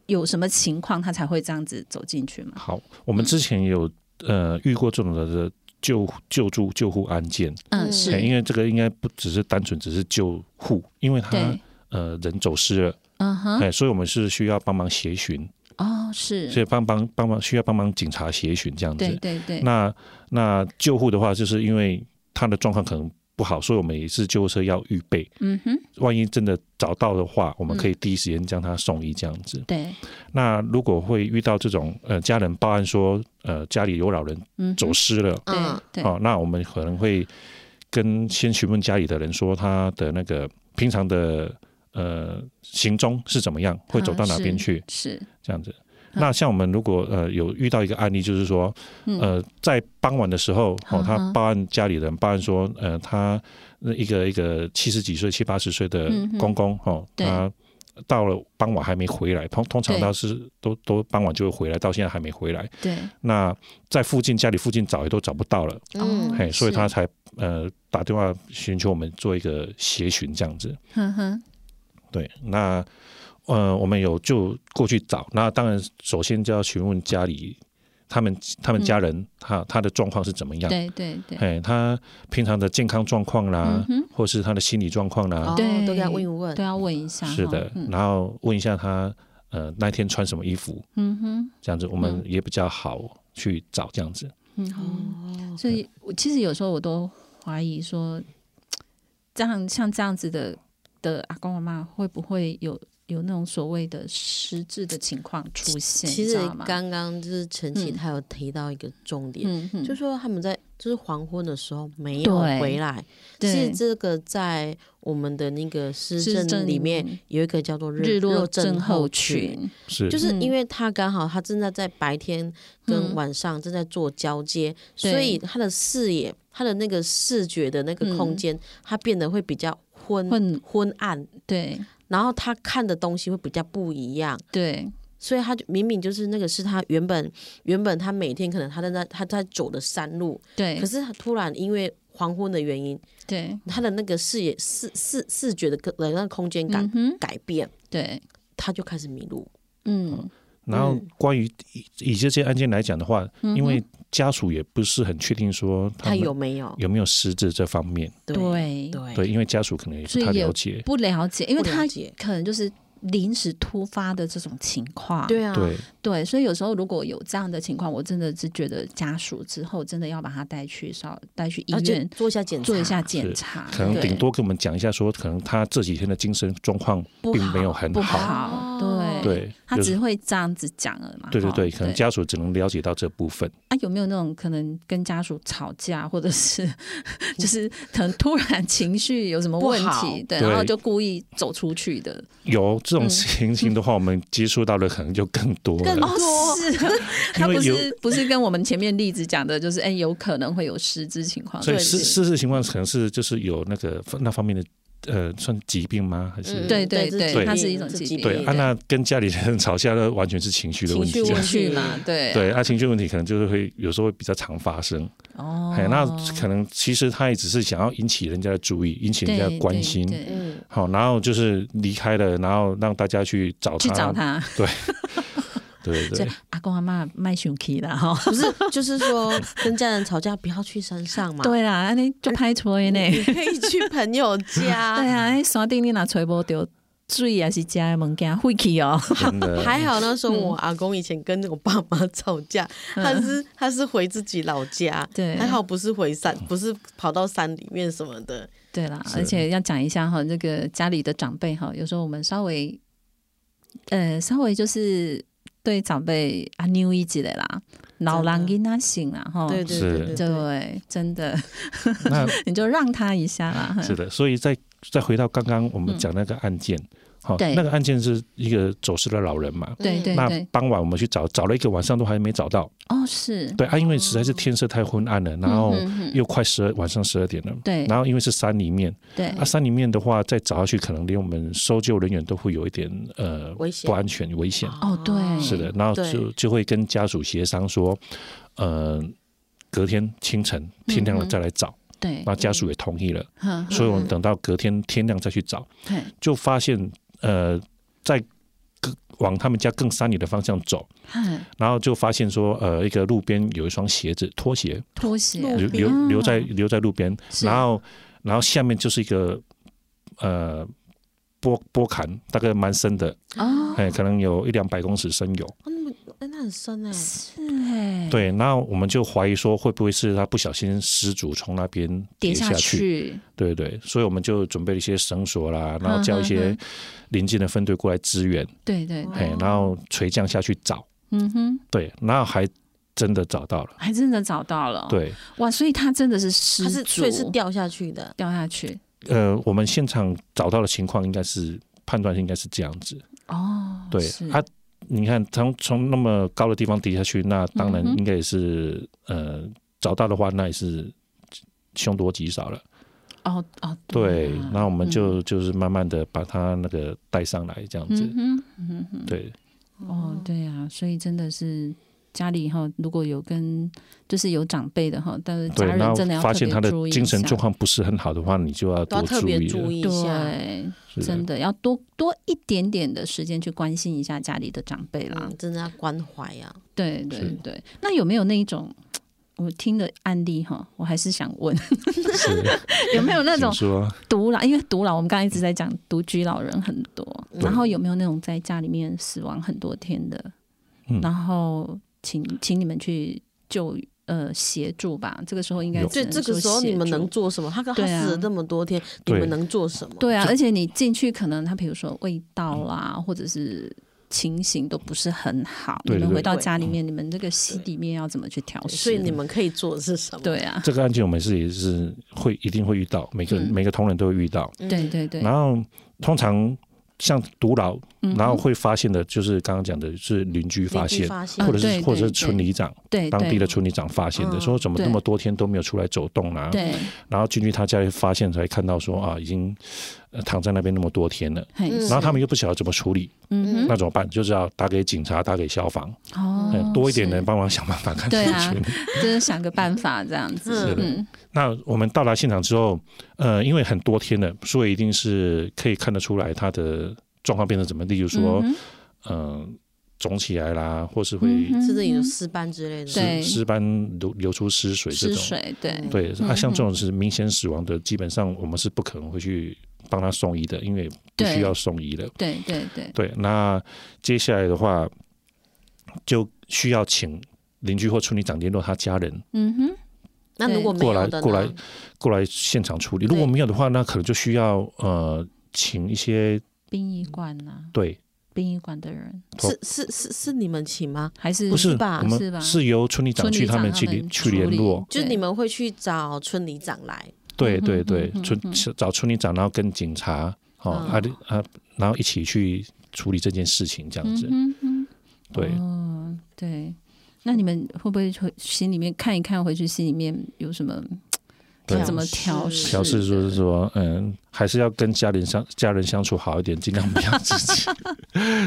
Speaker 1: 有什么情况他才会这样子走进去吗？
Speaker 3: 好，我们之前也有呃遇过这种的救救助救护案件，
Speaker 1: 嗯，
Speaker 2: 嗯
Speaker 3: 哎
Speaker 1: 是，
Speaker 3: 因为这个应该不只是单纯只是救护，因为他
Speaker 1: 对，
Speaker 3: 呃人走失了，
Speaker 1: 嗯哼，
Speaker 3: 哎，所以我们是需要帮忙协寻，
Speaker 1: 哦，是，
Speaker 3: 所以帮帮帮忙需要帮忙警察协寻这样
Speaker 1: 对
Speaker 3: 子。
Speaker 1: 对对，
Speaker 3: 那那救护的话，就是因为他的状况可能不好，所以我们也是救护车要预备，
Speaker 1: 嗯哼，
Speaker 3: 万一真的找到的话，我们可以第一时间将他送医这样子。
Speaker 1: 对，
Speaker 3: 那如果会遇到这种呃家人报案说呃家里有老人
Speaker 1: 嗯哼，
Speaker 3: 走失了，
Speaker 1: 对
Speaker 2: 嗯
Speaker 1: 对，
Speaker 3: 哦，那我们可能会跟先询问家里的人说他的那个平常的呃行踪是怎么样，会走到哪边去、
Speaker 1: 啊是，
Speaker 3: 这样子。
Speaker 1: 嗯
Speaker 3: 那像我们如果呃有遇到一个案例，就是说
Speaker 1: 嗯
Speaker 3: 呃在傍晚的时候，哦，
Speaker 1: 嗯
Speaker 3: 他
Speaker 1: 哼
Speaker 3: 报案家里人报案说，呃，他呃一个一个七十几岁、七八十岁的
Speaker 1: 嗯哼
Speaker 3: 公公，哦，
Speaker 1: 对
Speaker 3: 他到了傍晚还没回来，通通常
Speaker 1: 对
Speaker 3: 他是都都傍晚就会回来，到现在还没回来。
Speaker 1: 对，
Speaker 3: 那在附近家里附近找也都找不到了，
Speaker 2: 嗯
Speaker 1: 哦
Speaker 3: 嘿，所以
Speaker 1: 是
Speaker 3: 他才呃打电话寻求我们做一个协寻这样子。
Speaker 1: 哼哼，
Speaker 3: 对，那呃我们有就过去找，那当然首先就要询问家里他们他们家人、他他的状况是怎么
Speaker 1: 嗯
Speaker 3: 样，
Speaker 1: 对对对，
Speaker 3: 哎，他平常的健康状况啦
Speaker 1: 嗯，哼，
Speaker 3: 或是他的心理状况啦，
Speaker 2: 哦，
Speaker 1: 对
Speaker 2: 都给他问一问
Speaker 1: 都，要问一下哈，
Speaker 3: 是的，
Speaker 1: 嗯
Speaker 3: 然后问一下他呃那天穿什么衣服，
Speaker 1: 嗯哼。
Speaker 3: 这样子我们也比较好去找这样子。
Speaker 2: 哦
Speaker 1: 嗯，所以我其实有时候我都怀疑说，这样像这样子的的阿公阿妈会不会有有那种所谓的失智的情况出现？
Speaker 2: 其
Speaker 1: 你
Speaker 2: 实
Speaker 1: 知道吗
Speaker 2: 刚刚就是晨曦
Speaker 1: 嗯
Speaker 2: 他有提到一个重点，
Speaker 1: 嗯嗯，
Speaker 2: 就说他们在就是黄昏的时候没有
Speaker 1: 对
Speaker 2: 回来，是
Speaker 1: 对
Speaker 2: 这个在我们的那个市
Speaker 1: 失
Speaker 2: 政
Speaker 1: 政
Speaker 2: 里面
Speaker 1: 嗯
Speaker 2: 有一个叫做
Speaker 1: 日落
Speaker 2: 症
Speaker 1: 症候
Speaker 2: 群。
Speaker 1: 群，
Speaker 3: 是，
Speaker 2: 就是因
Speaker 1: 嗯
Speaker 2: 为他刚好他正在在白天跟
Speaker 1: 嗯
Speaker 2: 晚上正在做交接，
Speaker 1: 对
Speaker 2: 所以他的视野、他的那个视觉的那个
Speaker 1: 嗯
Speaker 2: 空间，他变得会比较昏
Speaker 1: 混
Speaker 2: 昏暗，
Speaker 1: 对
Speaker 2: 然后他看的东西会比较不一样。
Speaker 1: 对
Speaker 2: 所以他就明明就是那个是他原本原本他每天可能他在那他在走的山路，
Speaker 1: 对
Speaker 2: 可是他突然因为黄昏的原因，
Speaker 1: 对，
Speaker 2: 他的那个视野视视视觉的个的那个空间感
Speaker 1: 嗯哼，
Speaker 2: 改变，
Speaker 1: 对，
Speaker 2: 他就开始迷路。
Speaker 1: 嗯，
Speaker 3: 然后
Speaker 2: 嗯
Speaker 3: 关于以以这些案件来讲的话，
Speaker 1: 嗯哼
Speaker 3: 因为家属也不是很确定说他
Speaker 2: 他
Speaker 3: 们
Speaker 2: 有没有？
Speaker 3: 有没有失智这方面，
Speaker 1: 对，
Speaker 2: 对
Speaker 3: 对，因为家属可能也不
Speaker 1: 所以
Speaker 3: 太
Speaker 1: 也
Speaker 3: 了解，
Speaker 1: 不了解，因为
Speaker 2: 不了
Speaker 1: 他
Speaker 2: 解
Speaker 1: 可能就是临时突发的这种情况，
Speaker 2: 对啊，
Speaker 3: 对，
Speaker 1: 对，所以有时候如果有这样的情况，我真的是觉得家属之后真的要把他带去稍带去医
Speaker 2: 而且
Speaker 1: 院
Speaker 2: 啊做一下检查，
Speaker 1: 做一下检查，
Speaker 3: 可能
Speaker 1: 对
Speaker 3: 顶多跟我们讲一下说，可能他这几天的精神状况
Speaker 2: 不
Speaker 3: 并
Speaker 2: 好
Speaker 3: 没有很
Speaker 1: 不
Speaker 3: 好，
Speaker 1: 好，
Speaker 2: 哦
Speaker 1: 对，
Speaker 3: 对，
Speaker 1: 他
Speaker 3: 就
Speaker 1: 只
Speaker 3: 是
Speaker 1: 会这样子讲了嘛。
Speaker 3: 对对
Speaker 1: 哈
Speaker 3: 对，可能家属只能了解到这部分，
Speaker 1: 啊有没有那种可能跟家属吵架， 或者是就是可能突然情绪有什么
Speaker 2: 不
Speaker 1: 问
Speaker 2: 好
Speaker 1: 题，对，
Speaker 3: 对
Speaker 1: 然后就故意走出去的，
Speaker 3: 有这种
Speaker 1: 嗯
Speaker 3: 情形的话，我们接触到的可能就更多
Speaker 2: 更
Speaker 3: 了，
Speaker 2: 多
Speaker 1: 是啊，他
Speaker 3: 因为
Speaker 1: 不
Speaker 3: 有
Speaker 1: 是不是跟我们前面例子讲的，就是哎有可能会有失智情况，
Speaker 3: 所以
Speaker 2: 对
Speaker 3: 失
Speaker 2: 对
Speaker 3: 失智情况可能是就是有那个那方面的呃，算疾病吗？还是
Speaker 2: 嗯
Speaker 1: 对对
Speaker 2: 对
Speaker 1: 对
Speaker 3: 对
Speaker 1: 它是一种疾病
Speaker 3: 对，
Speaker 2: 啊
Speaker 1: 对
Speaker 3: 安娜跟家里人吵架，那完全是情绪的问题
Speaker 2: 情绪
Speaker 3: 啊。
Speaker 1: 情绪嘛，对
Speaker 3: 对，啊，情绪问题可能就是会有时候会比较常发生。
Speaker 1: 哦
Speaker 3: 哎、那可能其实他也只是想要引起人家的注意，引起人家的
Speaker 1: 对
Speaker 3: 关
Speaker 1: 对
Speaker 3: 心。哦
Speaker 1: 对
Speaker 2: 嗯，
Speaker 3: 好，然后就是离开了，然后让大家去找他。
Speaker 1: 去找。他，
Speaker 3: 对 对
Speaker 1: 这
Speaker 3: 对，
Speaker 1: 阿公阿妈卖熊 K 啦哈。
Speaker 2: 不是，就是说跟家人吵架不要去山上嘛，，
Speaker 1: 对啦，安尼就拍吹呢。
Speaker 2: 你可以去朋友
Speaker 1: 对
Speaker 2: 家。
Speaker 1: 啊，安尼山顶你若吹无着，水也是家的物件，晦气 哦。
Speaker 3: 真 的。
Speaker 2: 还好那时
Speaker 1: 嗯
Speaker 2: 候我阿公以前跟我爸妈吵架，他是他是回自己老家，
Speaker 1: 对
Speaker 2: 还好不是回山，不是跑到山里面什么的，
Speaker 1: 对啦，
Speaker 3: 是
Speaker 1: 而且要讲一下哈，那个家里的长辈哈，有时候我们稍微，呃，稍微就是对长辈啊扭一之类啦，老人囡仔醒啦哈。
Speaker 2: 对对对对
Speaker 3: 是
Speaker 2: 对
Speaker 1: 哦
Speaker 2: 哦
Speaker 1: 对，真的，
Speaker 3: 那
Speaker 1: 你就让他一下啦。
Speaker 3: 是的，所以再再回到刚刚我们讲那个案件，好、
Speaker 1: 嗯对
Speaker 3: 那个案件是一个走失的老人嘛。
Speaker 1: 对对
Speaker 3: 那
Speaker 1: 对，
Speaker 3: 傍晚我们去找，找了一个晚上都还没找到。
Speaker 1: 哦是，
Speaker 3: 对啊，因为实在是天色太昏
Speaker 1: 嗯
Speaker 3: 暗了，然后又快十二晚上十二点了。
Speaker 1: 对
Speaker 3: 然后因为是山里面，
Speaker 1: 对
Speaker 3: 啊，山里面的话再找下去，可能连我们搜救人员都会有一点呃
Speaker 2: 危险
Speaker 3: 不安全、危险。
Speaker 1: 哦对，
Speaker 3: 啊是的，然后就
Speaker 2: 对
Speaker 3: 就会跟家属协商说，呃，隔天清晨天亮了再来找。
Speaker 1: 对
Speaker 3: 然，后家属也同意了，
Speaker 1: 哼
Speaker 3: 所以我们等到隔天天亮再去找，
Speaker 1: 对，
Speaker 3: 就发现呃，在更往他们家更山里的方向走，
Speaker 1: 嗨
Speaker 3: 然后就发现说，呃，一个路边有一双鞋子，拖鞋，
Speaker 1: 拖鞋啊
Speaker 3: 留留留在留在路边，
Speaker 1: 是
Speaker 3: 然后然后下面就是一个呃波波坎，大概蛮深的，
Speaker 1: 哦
Speaker 3: 哎，可能有一两百公尺深有。
Speaker 2: 啊，那么哎，那很深哎、
Speaker 1: 是哎，
Speaker 3: 对，然后我们就怀疑说会不会是他不小心失足从那边
Speaker 1: 跌
Speaker 3: 跌下
Speaker 1: 下去，
Speaker 3: 对对，所以我们就准备了一些绳索啦，然后
Speaker 1: 嗯
Speaker 3: 叫一些
Speaker 1: 嗯
Speaker 3: 邻近的分队过来支援，
Speaker 1: 对对对，
Speaker 3: 哎，然后垂降下去找，
Speaker 1: 嗯哼，
Speaker 3: 对，然后还真的找到了，
Speaker 1: 还真的找到了，，
Speaker 3: 对。
Speaker 1: 哇，所以他真的是失
Speaker 2: 它是
Speaker 1: 足，
Speaker 2: 所以是掉下去的，
Speaker 1: 掉下去，
Speaker 3: 呃，我们现场找到的情况应该是判断应该是这样子。
Speaker 1: 哦，
Speaker 3: 对
Speaker 1: 是，
Speaker 3: 他、你看从从那么高的地方跌下去，那当然
Speaker 1: 嗯哼
Speaker 3: 应该也是、呃找到的话，那也是凶多吉少了。
Speaker 1: 哦哦，
Speaker 3: 对，
Speaker 1: 啊
Speaker 3: 那我们就、就是慢慢的把他那个带上来，这样子。
Speaker 1: 嗯哼，嗯哼，
Speaker 3: 对，
Speaker 1: 哦，对啊，所以真的是家里哈，如果有跟就是有长辈的哈，但是家
Speaker 3: 对，
Speaker 1: 嗯人
Speaker 3: 那
Speaker 1: 真的要
Speaker 3: 发
Speaker 1: 特
Speaker 3: 现
Speaker 1: 别
Speaker 3: 他的
Speaker 1: 注意一
Speaker 3: 精神
Speaker 1: 下
Speaker 3: 状况不是很好的话，你就要
Speaker 2: 都
Speaker 3: 多
Speaker 2: 要特
Speaker 3: 注
Speaker 2: 别
Speaker 3: 意
Speaker 2: 注
Speaker 3: 了。
Speaker 2: 意一啊下。
Speaker 1: 对，
Speaker 3: 是
Speaker 1: 真
Speaker 3: 的，
Speaker 1: 的要多多一点点的时间去关心一下家里的长辈啦。
Speaker 2: 嗯，真的要关怀啊！
Speaker 1: 对对
Speaker 3: 是
Speaker 1: 对，那有没有那一种？我听的案例哈，我还是想问，
Speaker 3: 是
Speaker 1: 有没有那
Speaker 3: 怎
Speaker 1: 种
Speaker 3: 么说？
Speaker 1: 独老？因为独老，我们刚才一直在讲独居老人很多，
Speaker 2: 嗯
Speaker 1: 然后有没有那种在家里面死亡很多天的？
Speaker 3: 嗯
Speaker 1: 然后请请你们去救呃协助吧。这个时候应该
Speaker 3: 有
Speaker 1: 只
Speaker 2: 这
Speaker 1: 能
Speaker 2: 这
Speaker 1: 说
Speaker 2: 个时候你
Speaker 1: 协
Speaker 2: 们
Speaker 1: 助
Speaker 2: 能做什么？他跟他
Speaker 1: 对啊
Speaker 2: 死了这么多天，你
Speaker 3: 对
Speaker 2: 们能做什么？
Speaker 1: 对啊，而且你进去可能他比如说味道啦，或者是情形都不是很好，
Speaker 3: 对
Speaker 1: 你
Speaker 3: 对
Speaker 1: 们
Speaker 3: 对
Speaker 1: 回到家里面，你们这个心里面要怎么去调
Speaker 2: 对
Speaker 1: 试？
Speaker 2: 所以你们可以做的是什么？
Speaker 1: 对啊，
Speaker 3: 这个案件我们是也是会一定会遇到，每个人、
Speaker 1: 嗯
Speaker 3: 每个同仁都会遇到。
Speaker 2: 嗯
Speaker 1: 对对对，
Speaker 3: 然后通常像独老，
Speaker 1: 嗯
Speaker 3: 然后会发现的就是刚刚讲的是邻居发
Speaker 2: 邻居
Speaker 3: 现，
Speaker 2: 发现
Speaker 3: 或者是、
Speaker 1: 啊对
Speaker 3: 或者
Speaker 1: 对
Speaker 3: 是村里长
Speaker 1: 对
Speaker 3: 当地
Speaker 1: 对
Speaker 3: 的村里长发现的，
Speaker 2: 嗯
Speaker 3: 说怎么
Speaker 1: 对
Speaker 3: 那么多天都没有出来走动啦、
Speaker 1: 对，
Speaker 3: 然后进去他家里发现才看到说啊，已经、呃躺在那边那么多天了。
Speaker 1: 嘿
Speaker 2: 嗯
Speaker 3: 然后他们又不晓得怎么处理，
Speaker 1: 嗯
Speaker 3: 那怎么办？就是要打给警察，打给消防，
Speaker 1: 哼，哦
Speaker 3: 嗯，，多一点人
Speaker 1: 是，
Speaker 3: 帮忙想办法看
Speaker 1: 对
Speaker 3: 事
Speaker 1: 啊
Speaker 3: 情。
Speaker 1: 就是想个办法这样子，
Speaker 3: 是的
Speaker 1: 嗯，
Speaker 3: 那我们到达现场之后，呃，因为很多天了，所以一定是可以看得出来他的状况变成怎么。例如说，
Speaker 1: 嗯哼
Speaker 3: 嗯，肿起来啦，或是会
Speaker 1: 嗯哼
Speaker 2: 甚至有尸斑之类的。
Speaker 1: 对
Speaker 3: 尸尸斑流流出尸水这
Speaker 1: 失
Speaker 3: 种。
Speaker 1: 水，对
Speaker 3: 对，啊，
Speaker 1: 嗯
Speaker 3: 像这种是明显死亡的，基本上我们是不可能会去帮他送医的，因为不
Speaker 1: 对
Speaker 3: 需要送医了。
Speaker 1: 对对对，
Speaker 3: 对，那接下来的话，就需要请邻居或村里长联络他家人
Speaker 1: 嗯哼，
Speaker 2: 那如果没
Speaker 3: 过来
Speaker 2: 有的呢？
Speaker 3: 过来过来现场处理。如果没有的话，那可能就需要呃，请一些
Speaker 1: 殡仪馆呐，
Speaker 3: 对
Speaker 1: 殡仪馆的人
Speaker 2: 是是是是你们请吗？
Speaker 1: 还是
Speaker 3: 不是
Speaker 2: 吧
Speaker 3: 我
Speaker 1: 是吧
Speaker 3: 们是由村里长
Speaker 1: 村里
Speaker 3: 去他
Speaker 1: 长
Speaker 3: 们
Speaker 1: 他
Speaker 3: 去
Speaker 1: 们
Speaker 3: 联去
Speaker 1: 处
Speaker 3: 联
Speaker 1: 理
Speaker 3: 络，
Speaker 2: 就是
Speaker 1: 对
Speaker 2: 你们会去找村里长 来，
Speaker 3: 对
Speaker 1: 嗯
Speaker 3: 对
Speaker 1: 嗯
Speaker 3: 对
Speaker 1: 嗯，
Speaker 3: 村
Speaker 1: 嗯
Speaker 3: 找村里长，然后跟警察哦
Speaker 2: 嗯
Speaker 3: 啊里啊，然后一起去处理这件事情，这样子。
Speaker 1: 嗯哼哼
Speaker 3: 对，
Speaker 1: 哦，对，那你们会不会会心里面看一看，回去心里面有什么
Speaker 3: 对
Speaker 1: 要怎么调试？
Speaker 3: 表示说是说，嗯，还是要跟家人相家人相处好一点，尽量不要自 己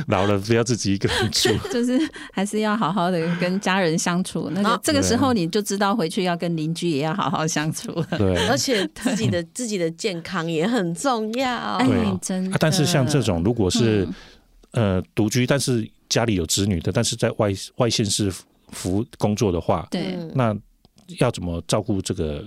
Speaker 3: 老了不要自己一个人住。
Speaker 1: 就是还是要好好的跟家人相处。那个
Speaker 2: 啊
Speaker 1: 这个时
Speaker 3: 对
Speaker 1: 候你就知道回去要跟邻居也要好好相处了。
Speaker 3: 对，
Speaker 2: 而且自己的自己的健康也很重要。
Speaker 1: 哎
Speaker 3: 对，
Speaker 1: 真的
Speaker 3: 啊但是像这种，如果是
Speaker 1: 嗯
Speaker 3: 呃独居，但是家里有子女的，但是在外外县市服务工作的话，
Speaker 1: 对，
Speaker 2: 嗯
Speaker 3: 那要怎么照顾这个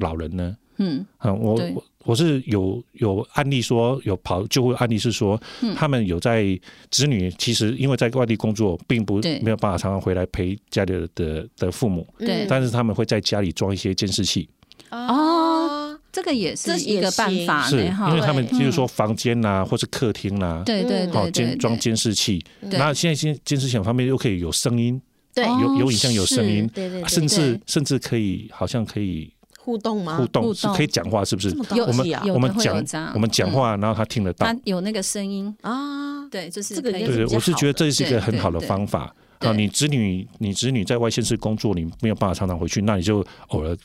Speaker 3: 老人呢？
Speaker 1: 嗯
Speaker 3: 嗯，我
Speaker 1: 对
Speaker 3: 我我是有有案例说有跑救护案例是说，
Speaker 1: 嗯
Speaker 3: 他们有在子女其实因为在外地工作，并不
Speaker 1: 对
Speaker 3: 没有办法常常回来陪家里的的的父母，
Speaker 2: 嗯
Speaker 1: 对
Speaker 3: 但是他们会在家里装一些监视器，
Speaker 2: 啊
Speaker 1: 哦，这个也
Speaker 2: 这
Speaker 1: 是一
Speaker 2: 也
Speaker 1: 个办
Speaker 2: 行
Speaker 1: 法
Speaker 3: 是
Speaker 1: 呢，
Speaker 3: 因
Speaker 1: 哈
Speaker 3: 为。他们
Speaker 1: 对
Speaker 3: 就是说房间啦、或是客厅
Speaker 1: 欸
Speaker 3: 啦、
Speaker 1: 嗯对
Speaker 2: 嗯
Speaker 1: 对
Speaker 3: 好
Speaker 1: 对对，
Speaker 3: 监装监视器，
Speaker 1: 对
Speaker 3: 然后现在监监视器很方便，又可以有声音，
Speaker 2: 对
Speaker 1: 哦
Speaker 3: 有有影像有声音
Speaker 2: 对对
Speaker 3: 啊
Speaker 2: 对，
Speaker 3: 甚至
Speaker 1: 对啊
Speaker 3: 甚至可以好像可以
Speaker 2: 互动吗？
Speaker 3: 互
Speaker 1: 互
Speaker 3: 动是
Speaker 1: 动
Speaker 3: 可以讲话，是不是
Speaker 2: 这？么
Speaker 1: 有
Speaker 2: 高
Speaker 3: 我们
Speaker 2: 级啊
Speaker 1: 有的
Speaker 3: 我们
Speaker 1: 会有
Speaker 3: 讲
Speaker 1: 这样
Speaker 3: 我们讲话，然后他听得到
Speaker 1: 它。有那个声音，
Speaker 2: 啊！
Speaker 1: 对，就是
Speaker 2: 这个
Speaker 1: 可以
Speaker 2: 应该
Speaker 3: 对
Speaker 2: 是
Speaker 3: 对，
Speaker 2: 比较
Speaker 3: 我是觉得这是一
Speaker 1: 好
Speaker 3: 个
Speaker 1: 的
Speaker 3: 很好的
Speaker 1: 对对
Speaker 3: 方法。
Speaker 1: 对
Speaker 3: 啊，你子女，你子女在外县市工作，你没有办法常常回去，那你就偶尔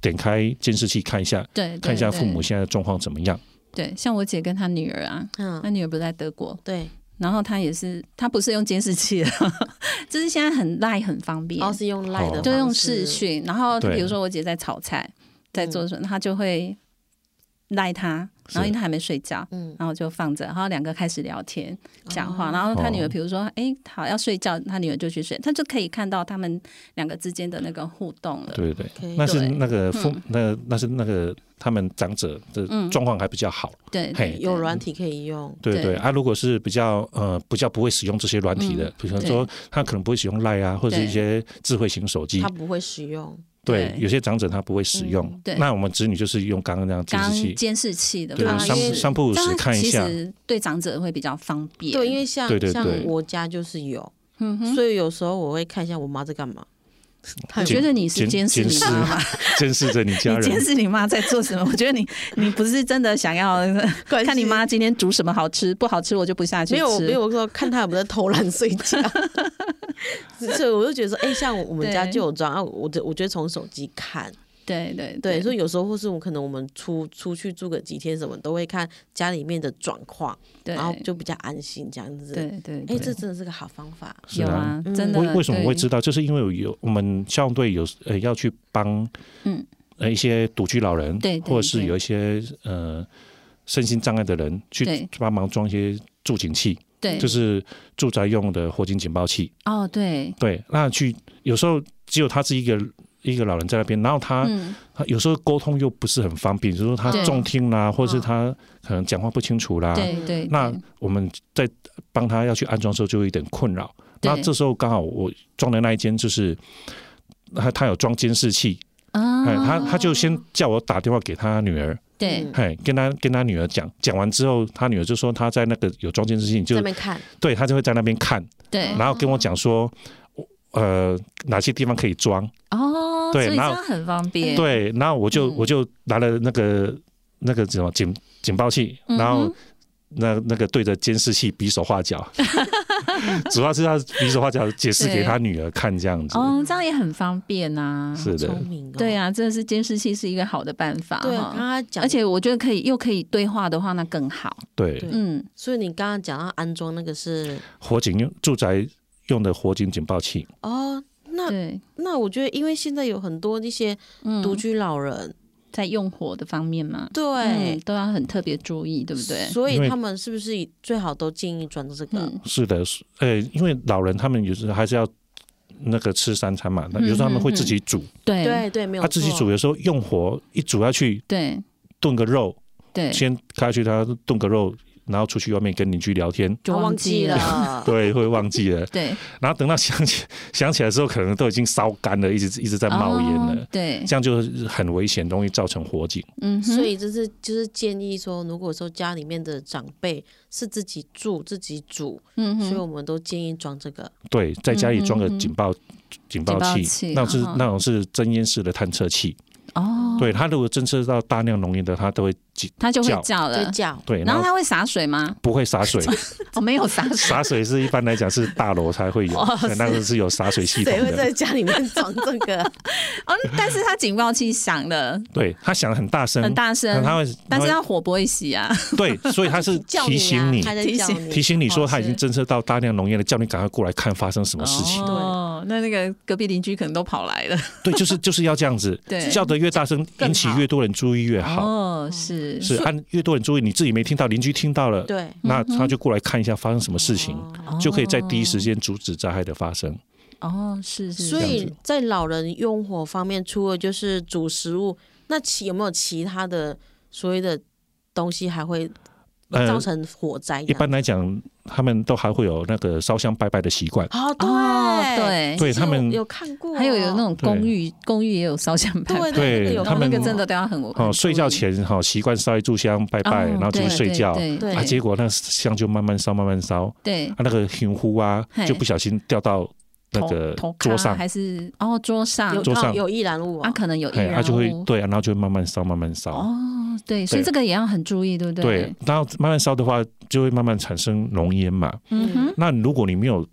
Speaker 3: 点开监视器看一下，
Speaker 1: 对对
Speaker 3: 看一下
Speaker 1: 对
Speaker 3: 父母现在的状况怎么样。
Speaker 1: 对，像我姐跟她女儿啊，她
Speaker 2: 嗯，
Speaker 1: 女儿不在德国，
Speaker 2: 对，
Speaker 1: 然后她也是，她不是用监视器的， 就是现在很赖很方便，
Speaker 2: 然后是用赖的，
Speaker 3: 哦
Speaker 1: 就用视，讯。然后
Speaker 3: 对
Speaker 1: 比如说我姐在炒菜，在做
Speaker 2: 嗯
Speaker 1: 什么，她就会赖她，然后因为她还没睡觉，
Speaker 2: 嗯，
Speaker 1: 然后就放着，然后两个开始聊天讲话，
Speaker 2: 哦
Speaker 1: 然后她女儿
Speaker 3: 哦
Speaker 1: 比如说哎好要睡觉，她女儿就去睡，她就可以看到他们两个之间的那个互动了。
Speaker 3: 对对
Speaker 2: 可以
Speaker 3: 对，那是
Speaker 1: 对
Speaker 3: 那个父，那那是那个他们长者的
Speaker 1: 嗯
Speaker 3: 状况还比较好。
Speaker 1: 对
Speaker 3: 嘿
Speaker 1: 对，
Speaker 2: 有
Speaker 1: 对
Speaker 2: 软体可以用，
Speaker 3: 对
Speaker 1: 对嗯
Speaker 3: 对，啊，如果是比较呃比较不会使用这些软体的，比如说他可能不会使用 Line 啊，或者是一些智慧型手机
Speaker 2: 他，不会使用，
Speaker 3: 对
Speaker 1: 对，
Speaker 3: 有些长者他不会使用
Speaker 2: 嗯。
Speaker 1: 对
Speaker 3: 那我们子女就是用刚刚那样监
Speaker 1: 刚
Speaker 3: 视器，
Speaker 1: 监视器的
Speaker 3: 对啊
Speaker 1: 方，式，
Speaker 3: 三
Speaker 2: 因为
Speaker 3: 三不五
Speaker 1: 这
Speaker 3: 时
Speaker 1: 样
Speaker 3: 看一下
Speaker 1: 其，实对长者会比较方便。
Speaker 2: 对，因为像
Speaker 3: 对对
Speaker 2: 像
Speaker 3: 对
Speaker 2: 我家就是有，
Speaker 1: 嗯哼
Speaker 2: 所以有时候我会看一下我妈在干嘛，
Speaker 1: 我觉得你是监视你妈妈，
Speaker 3: 监视着你家
Speaker 1: 你监
Speaker 3: 人。
Speaker 1: 视你妈在做什么？我觉得你你不是真的想要看你妈今天煮什么好吃，不好吃我就不下去吃。
Speaker 2: 没有没有，我说看他有没有在偷懒睡觉，所以我就觉得说，哎、像我们家
Speaker 1: 对
Speaker 2: 就有装啊，我就我就会从手机看，
Speaker 1: 对对
Speaker 2: 对，所
Speaker 1: 以
Speaker 2: 以有时候或是我可能我们出出去住个几天什么，都会看家里面的状况，
Speaker 1: 对
Speaker 2: 然后就比较安心这样子。
Speaker 1: 对，对，
Speaker 2: 哎、
Speaker 1: 对
Speaker 2: 这真的是个好方法，
Speaker 3: 是
Speaker 1: 有
Speaker 3: 啊
Speaker 1: 啊，
Speaker 2: 嗯
Speaker 1: 真的
Speaker 3: 为为什么会知
Speaker 1: 道？
Speaker 3: 道？就是因为有有我们消防队有呃要去帮
Speaker 1: 嗯
Speaker 3: 呃一些独居老人，
Speaker 1: 对对
Speaker 3: 或者是
Speaker 1: 对
Speaker 3: 有一些呃身心障碍的人
Speaker 1: 对
Speaker 3: 去帮忙装一些助警器，
Speaker 1: 对，
Speaker 3: 就是住宅用的火警警报器。
Speaker 1: 哦，对，
Speaker 3: 对，那去有时候只有他是一个一个老人在那边，然后他、
Speaker 1: 嗯，
Speaker 3: 他有时候沟通又不是很方便，就是说他
Speaker 1: 对
Speaker 3: 重听啦，或者是
Speaker 2: 嗯
Speaker 3: 他可能讲话不清楚啦。
Speaker 1: 对对，
Speaker 3: 啊那
Speaker 1: 对
Speaker 3: 我们在帮他要去安装的时候，就有一点困扰。
Speaker 1: 对
Speaker 3: 那这时候刚好我装的那一间就是。他他有装监视器，
Speaker 1: 啊，
Speaker 3: 哎、他他就先叫我打电话给他女儿，
Speaker 2: 嗯
Speaker 1: 对
Speaker 3: 哎、跟他跟他女儿讲，讲完之后，他女儿就说他在那个有装监视器，你
Speaker 2: 在
Speaker 3: 就
Speaker 2: 那边看，
Speaker 3: 对他就会在那边看，
Speaker 1: 对
Speaker 3: 然后跟我讲说，呃，哪些地方可以装？
Speaker 1: 哦，所
Speaker 3: 对
Speaker 1: 以这
Speaker 3: 然后
Speaker 1: 样很方便。
Speaker 3: 对，然后我就、
Speaker 1: 嗯
Speaker 3: 我就拿了那个那个什么警警报器，
Speaker 1: 嗯哼
Speaker 3: 然后那那个对着监视器比手 画脚，主要是要比手画脚解释给他女儿看这样子。
Speaker 1: 哦，这样也很方便啊。
Speaker 3: 是的，
Speaker 2: 聪明、哦，
Speaker 1: 对啊，真的是监视器是一个好的办法
Speaker 2: 对啊，
Speaker 1: 哈
Speaker 2: 刚刚讲，
Speaker 1: 而且我觉得可以又可以对话的话，那更好。
Speaker 3: 对
Speaker 2: 对，
Speaker 1: 嗯，
Speaker 2: 所以你刚刚讲到安装那个是
Speaker 3: 火警用住宅用的火警警报器，
Speaker 2: 哦。那
Speaker 1: 对，
Speaker 2: 那我觉得，因为现在有很多一些
Speaker 1: 嗯，
Speaker 2: 独居老人，
Speaker 1: 在用火的方面嘛，嗯
Speaker 2: 对，
Speaker 1: 都要很特别注意，对不对？
Speaker 2: 所
Speaker 3: 因
Speaker 2: 以
Speaker 3: 为
Speaker 2: 他们是不是最好都建议装这个？
Speaker 1: 嗯，
Speaker 3: 是的，是呃，因为老人他们有时候还是要那个吃三餐嘛，那有时候他们会自己煮，
Speaker 1: 对
Speaker 2: 对对，没有
Speaker 3: 他自己
Speaker 2: 错
Speaker 3: 煮有时候用火一煮下去
Speaker 1: 对
Speaker 3: 炖个肉，
Speaker 1: 对，
Speaker 3: 先开去他炖个肉，然后出去外面跟邻居聊天，，
Speaker 1: 就
Speaker 2: 他忘
Speaker 1: 记
Speaker 2: 记
Speaker 1: 了。
Speaker 2: 了
Speaker 3: 对，会忘记了。
Speaker 1: 对，
Speaker 3: 然后等到想起 想起来的时候，可能都已经烧干了，一直一直在冒烟了。
Speaker 1: 哦对
Speaker 3: 这，样就是很危险，容易造成火警。
Speaker 1: 嗯哼，
Speaker 2: 所以就是就是建议说，如果说家里面的长辈是自己住自己煮，
Speaker 1: 嗯
Speaker 2: 所以
Speaker 1: 哼，
Speaker 2: 我们都建议装这个。
Speaker 3: 对，在家里装个
Speaker 1: 嗯哼
Speaker 3: 警报、警
Speaker 1: 报
Speaker 3: 报
Speaker 1: 器
Speaker 3: 器，那种是、
Speaker 1: 嗯哼
Speaker 3: 那种是侦烟式的探测器。
Speaker 1: 哦，
Speaker 3: 对，它如果侦测到大量浓烟的，它都会警
Speaker 1: 它就会
Speaker 3: 叫
Speaker 1: 叫了
Speaker 2: 就。叫
Speaker 3: 对，
Speaker 1: 然
Speaker 3: 然
Speaker 1: 后
Speaker 3: 后
Speaker 1: 它会洒水 吗？
Speaker 3: 不会洒水。
Speaker 1: 哦，没有洒水，
Speaker 3: 洒水是一般来讲是大楼才会有，
Speaker 2: 哦
Speaker 3: 对那个是有洒水系统
Speaker 2: 谁会
Speaker 3: 的
Speaker 2: 在。家里面装这个？
Speaker 1: 哦，但是它警报器响了，
Speaker 3: 对，它响得很大声，
Speaker 1: 很大声，
Speaker 3: 嗯它会，
Speaker 1: 但是
Speaker 3: 它
Speaker 1: 它火不会熄啊。
Speaker 3: 会 对，所以它是
Speaker 2: 叫
Speaker 3: 提醒
Speaker 2: 你
Speaker 3: 你
Speaker 2: 啊，他在
Speaker 1: 提
Speaker 2: 叫
Speaker 1: 醒
Speaker 2: 你，
Speaker 3: 提醒你说
Speaker 1: 哦
Speaker 3: 他已经侦测到大量浓烟了，叫你赶快过来看发生什么事情。
Speaker 1: 哦，那那个隔壁邻居可能都跑来了。，
Speaker 3: 对，就是就是要这样子
Speaker 1: 对
Speaker 3: 叫得越大声，
Speaker 2: 更
Speaker 3: 引起
Speaker 2: 好
Speaker 3: 越多人注意越好。
Speaker 1: 哦，是
Speaker 3: 是按越多人注意，你自己没听到，邻居听到了，
Speaker 2: 对，
Speaker 3: 那
Speaker 1: 嗯
Speaker 3: 他就过来看一下发生什么事情，
Speaker 2: 哦
Speaker 3: 就可以在第一时间阻止灾害的发生。
Speaker 1: 哦，
Speaker 3: 嗯
Speaker 1: 是是，
Speaker 2: 所
Speaker 1: 是
Speaker 2: 以在老人用火方面，除了就是煮食物，那其有没有其他的所谓的东西还会造
Speaker 3: 呃，
Speaker 2: 成火灾这
Speaker 3: 一
Speaker 2: 样？
Speaker 3: 般来讲，他们都还会有那个烧香拜拜的习惯。
Speaker 2: 哦，
Speaker 1: 哦，
Speaker 2: 对
Speaker 1: 对，
Speaker 2: 其
Speaker 3: 对
Speaker 2: 实
Speaker 3: 他们
Speaker 2: 我有看过，哦
Speaker 1: 还有有那种
Speaker 3: 对
Speaker 1: 公寓，公寓也有烧香拜拜
Speaker 2: 对，对
Speaker 3: 对
Speaker 2: 那个有
Speaker 3: 他们
Speaker 1: 那
Speaker 2: 看
Speaker 1: 个
Speaker 2: 过
Speaker 1: 真的都要很
Speaker 3: 哦，睡觉前哈习惯烧一炷香拜拜，然后进去睡觉。
Speaker 1: 哦对
Speaker 2: 对
Speaker 3: 啊，结果那香就慢慢烧，慢慢烧，
Speaker 1: 对
Speaker 3: 啊，那个香灰啊
Speaker 1: 嘿，
Speaker 3: 就不小心掉到那
Speaker 1: 头
Speaker 3: 个
Speaker 1: 头
Speaker 3: 桌
Speaker 1: 咖
Speaker 3: 上，
Speaker 1: 还是哦桌上
Speaker 2: 有
Speaker 3: 桌上
Speaker 2: 有易燃物
Speaker 1: 啊，
Speaker 2: 啊，
Speaker 1: 可能有易
Speaker 3: 哎，它
Speaker 1: 燃
Speaker 3: 就会
Speaker 1: 物
Speaker 3: 对，然后就会慢慢烧，慢慢烧。
Speaker 1: 哦，对，所以
Speaker 3: 对
Speaker 1: 这个也要很注意，对不对？
Speaker 3: 对，，然后慢慢烧的话，就会慢慢产生浓烟嘛。
Speaker 1: 嗯哼，
Speaker 3: 那如果你没有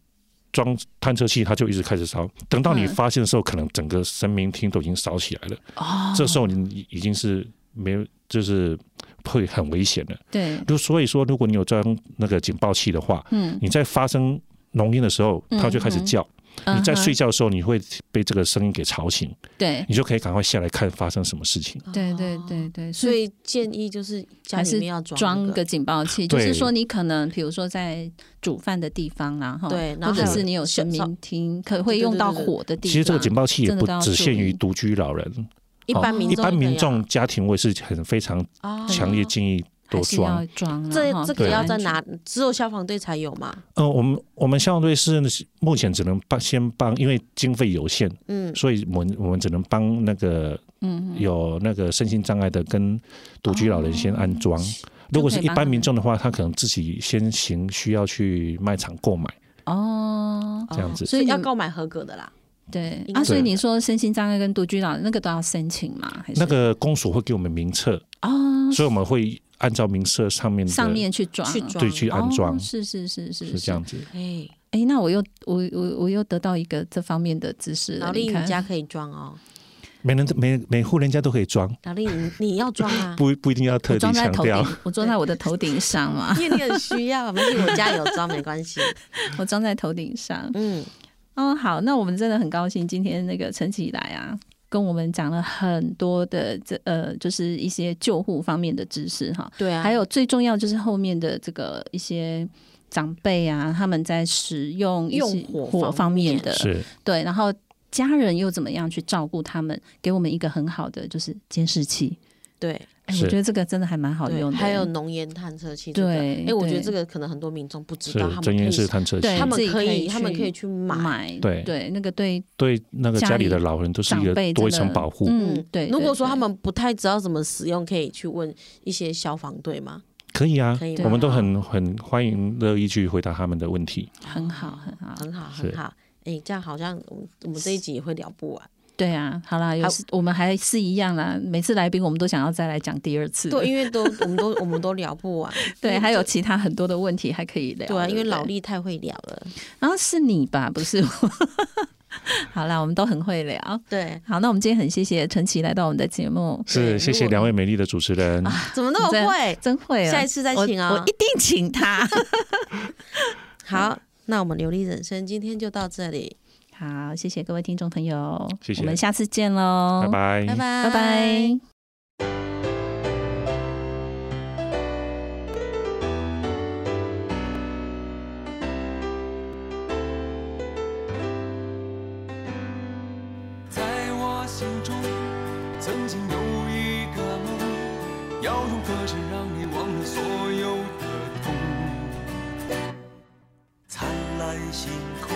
Speaker 3: 装探测器，它就一直开始烧。等到你
Speaker 1: 嗯
Speaker 3: 发现的时候，可能整个神明厅都已经烧起来了。
Speaker 1: 哦，
Speaker 3: 这时候你已已经是没有，就是会很危险了。
Speaker 1: 对，
Speaker 3: 就所以说，如果你有装那个警报器的话，
Speaker 1: 嗯，
Speaker 3: 你在发生浓烟的时候，它就开始叫。
Speaker 1: 嗯
Speaker 3: 你在
Speaker 1: 哼哎
Speaker 3: 睡觉的时候，你会被这个声音给吵醒，
Speaker 1: 对，
Speaker 3: 你就可以赶快下来看发生什么事情。
Speaker 2: 哦
Speaker 1: 对对对对，
Speaker 2: 所
Speaker 1: 所以
Speaker 2: 以建议就是家
Speaker 1: 还
Speaker 2: 里
Speaker 1: 是
Speaker 2: 面要装
Speaker 1: 装
Speaker 2: 那
Speaker 1: 个警报器，就
Speaker 3: 对
Speaker 1: 是说你可能比如说在煮饭的地方啦，哈，
Speaker 2: 对然
Speaker 1: 或
Speaker 2: 后
Speaker 1: 者
Speaker 2: 还有
Speaker 1: 是你有神
Speaker 2: 小
Speaker 1: 明厅，可会
Speaker 2: 对对
Speaker 1: 用
Speaker 2: 对
Speaker 1: 到
Speaker 2: 对
Speaker 1: 火的地
Speaker 3: 其
Speaker 1: 方。
Speaker 3: 实这个警报器也
Speaker 1: 真的
Speaker 3: 不
Speaker 1: 都要
Speaker 3: 只限
Speaker 1: 注
Speaker 3: 于
Speaker 1: 意
Speaker 3: 独居老人，
Speaker 2: 一般
Speaker 3: 哦
Speaker 2: 民
Speaker 3: 一
Speaker 2: 众
Speaker 3: 般民
Speaker 2: 也可以
Speaker 3: 众家庭我也是很非常
Speaker 2: 啊，
Speaker 3: 强烈建议多
Speaker 1: 嗯还是
Speaker 3: 装
Speaker 1: 要。装啊，哈
Speaker 2: 这这个
Speaker 3: 对
Speaker 2: 要在哪？只有消防队才有嘛？
Speaker 3: 嗯、我们我们消防队是目前只能帮先帮，因为经费有限，
Speaker 2: 嗯，
Speaker 3: 所以我们我们只能帮那个
Speaker 1: 嗯，
Speaker 3: 有那个身心障碍的跟独居老人先安
Speaker 1: 哦
Speaker 3: 装。如果是一般民众的话，他可能自己先行需要去卖场购买
Speaker 1: 哦，
Speaker 3: 这样子。
Speaker 2: 所
Speaker 1: 所以
Speaker 2: 以
Speaker 1: 你
Speaker 2: 要购买合格的啦。
Speaker 1: 对
Speaker 2: 应
Speaker 1: 啊，
Speaker 2: 该
Speaker 1: 所以
Speaker 3: 是
Speaker 1: 你说身心障碍跟独居老人那个都要申请吗？还是
Speaker 3: 那个公所会给我们名册，
Speaker 1: 哦，
Speaker 3: 所以我们会按照名册上面的
Speaker 1: 上面去装
Speaker 2: 去装
Speaker 3: 对去安装
Speaker 1: 哦，，是是是是
Speaker 3: 是这样。子。
Speaker 2: 哎，
Speaker 1: 哎，那我又我我我又得到一个这方面的知识
Speaker 2: 老
Speaker 1: 了，
Speaker 2: 力
Speaker 1: 你
Speaker 2: 你
Speaker 1: 看
Speaker 2: 家可以装哦，
Speaker 3: 每人每每户人家都可以装，
Speaker 2: 老力你你要装 啊，
Speaker 3: 不不一定要 特
Speaker 1: 我
Speaker 3: 地
Speaker 1: 装在
Speaker 3: 强
Speaker 1: 头
Speaker 3: 调
Speaker 1: 顶。，我装在我的头顶上 嘛，
Speaker 2: 因为你很需要，没事，我家有装没 关系。
Speaker 1: 我装在头顶上。
Speaker 2: 嗯，
Speaker 1: 哦，好，那我们真的很高兴，今天那个陈启来啊，跟我们讲了很多的这呃，就是一些救护方面的知识哈，
Speaker 2: 对啊，
Speaker 1: 还有最重要就是后面的这个一些长辈啊，他们在使用一些
Speaker 2: 用火
Speaker 1: 火
Speaker 2: 方
Speaker 1: 方面
Speaker 2: 面
Speaker 1: 的
Speaker 3: 是
Speaker 1: 对，然后家人又怎么样去照顾他们，给我们一个很好的就是监视器。
Speaker 2: 对
Speaker 1: 哎，
Speaker 3: 是
Speaker 1: 我觉得这个真的还蛮好
Speaker 2: 对，
Speaker 1: 用的。
Speaker 2: 还有浓烟探测器这个，
Speaker 1: 对
Speaker 2: 哎，我觉得
Speaker 1: 对
Speaker 2: 这个可能很多民众不知
Speaker 3: 是
Speaker 2: 道，他
Speaker 3: 真
Speaker 2: 们可
Speaker 3: 烟
Speaker 2: 以
Speaker 3: 式，探测器，
Speaker 1: 对
Speaker 2: 他们
Speaker 1: 自己可
Speaker 2: 可
Speaker 1: 以
Speaker 2: 以，他们
Speaker 1: 去
Speaker 2: 可以去买。
Speaker 1: 买
Speaker 3: 对
Speaker 1: 对，那个对
Speaker 3: 对那个
Speaker 1: 家
Speaker 3: 家里
Speaker 1: 里
Speaker 3: 的老人都是
Speaker 1: 长
Speaker 3: 一个
Speaker 1: 辈
Speaker 3: 多一
Speaker 1: 真的
Speaker 3: 层保护。
Speaker 1: 嗯，对。
Speaker 2: 如果说
Speaker 1: 对
Speaker 2: 他们不太知道怎么使用，可以去问一些消防队嘛。
Speaker 3: 可以啊，
Speaker 2: 可以
Speaker 3: 我们
Speaker 2: 吗
Speaker 3: 都很很欢迎乐意去回答他们的问题。
Speaker 1: 很好，很好，
Speaker 2: 很好，
Speaker 3: 是
Speaker 2: 很好。哎，这样好像我们我们这一集也会聊不完。
Speaker 1: 对啊，好啦，有
Speaker 2: 好
Speaker 1: 时我们还是一样啦。每次来宾我们都想要再来讲第二次，
Speaker 2: 对，因为都我们都我们都聊不完。
Speaker 1: 对，还有其他很多的问题还可以聊。
Speaker 2: 对啊，因为
Speaker 1: 不
Speaker 2: 老，力太会聊了。
Speaker 1: 然后啊是你吧， 不是我。好啦，我们都很会聊。
Speaker 2: 对，
Speaker 1: 好，那我们今天很谢谢陈琦来到我们的节目，
Speaker 3: 是，谢谢两位美丽的主持
Speaker 1: 啊
Speaker 3: 人。
Speaker 2: 怎么那么
Speaker 1: 真
Speaker 2: 会？
Speaker 1: 真会啊！
Speaker 2: 下一次再
Speaker 1: 我
Speaker 2: 请啊
Speaker 1: 我一定请他。 嗯
Speaker 2: 好，那我们流利人生今天就到这里，
Speaker 1: 好，谢谢各位听众朋友，
Speaker 3: 谢谢
Speaker 1: 我们下次见喽，
Speaker 3: 拜，
Speaker 2: 拜
Speaker 3: 拜，
Speaker 2: 拜，
Speaker 1: 嗯拜拜。
Speaker 5: 在我心中，曾经有一个梦，要用歌声让你忘了所有的痛。灿烂星空，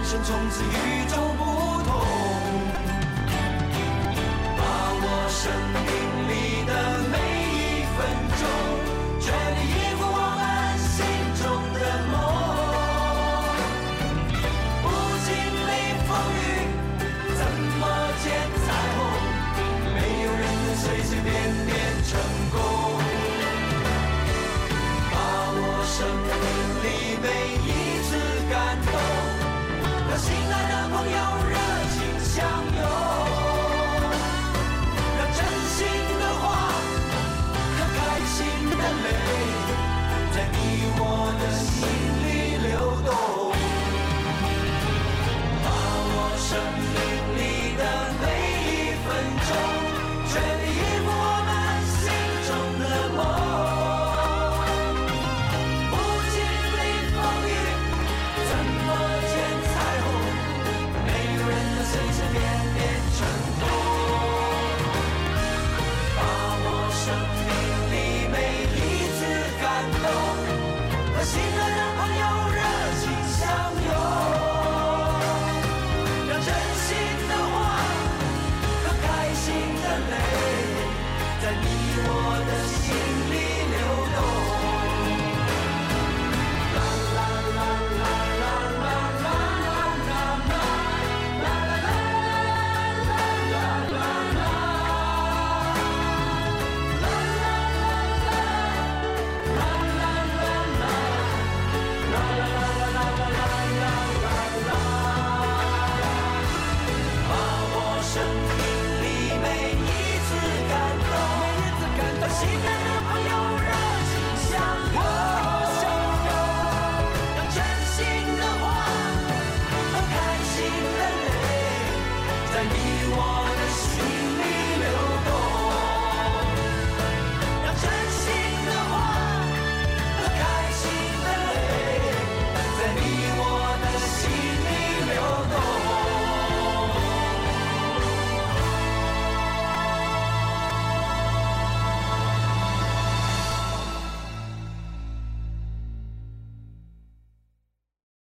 Speaker 5: 生从此与众不同，把握生命里的每一分钟，全力以赴我们心中的梦。不经历风雨，怎么见彩虹？没有人能随随便便成功。把握生命里每一次感动，和心爱的朋友热情相拥。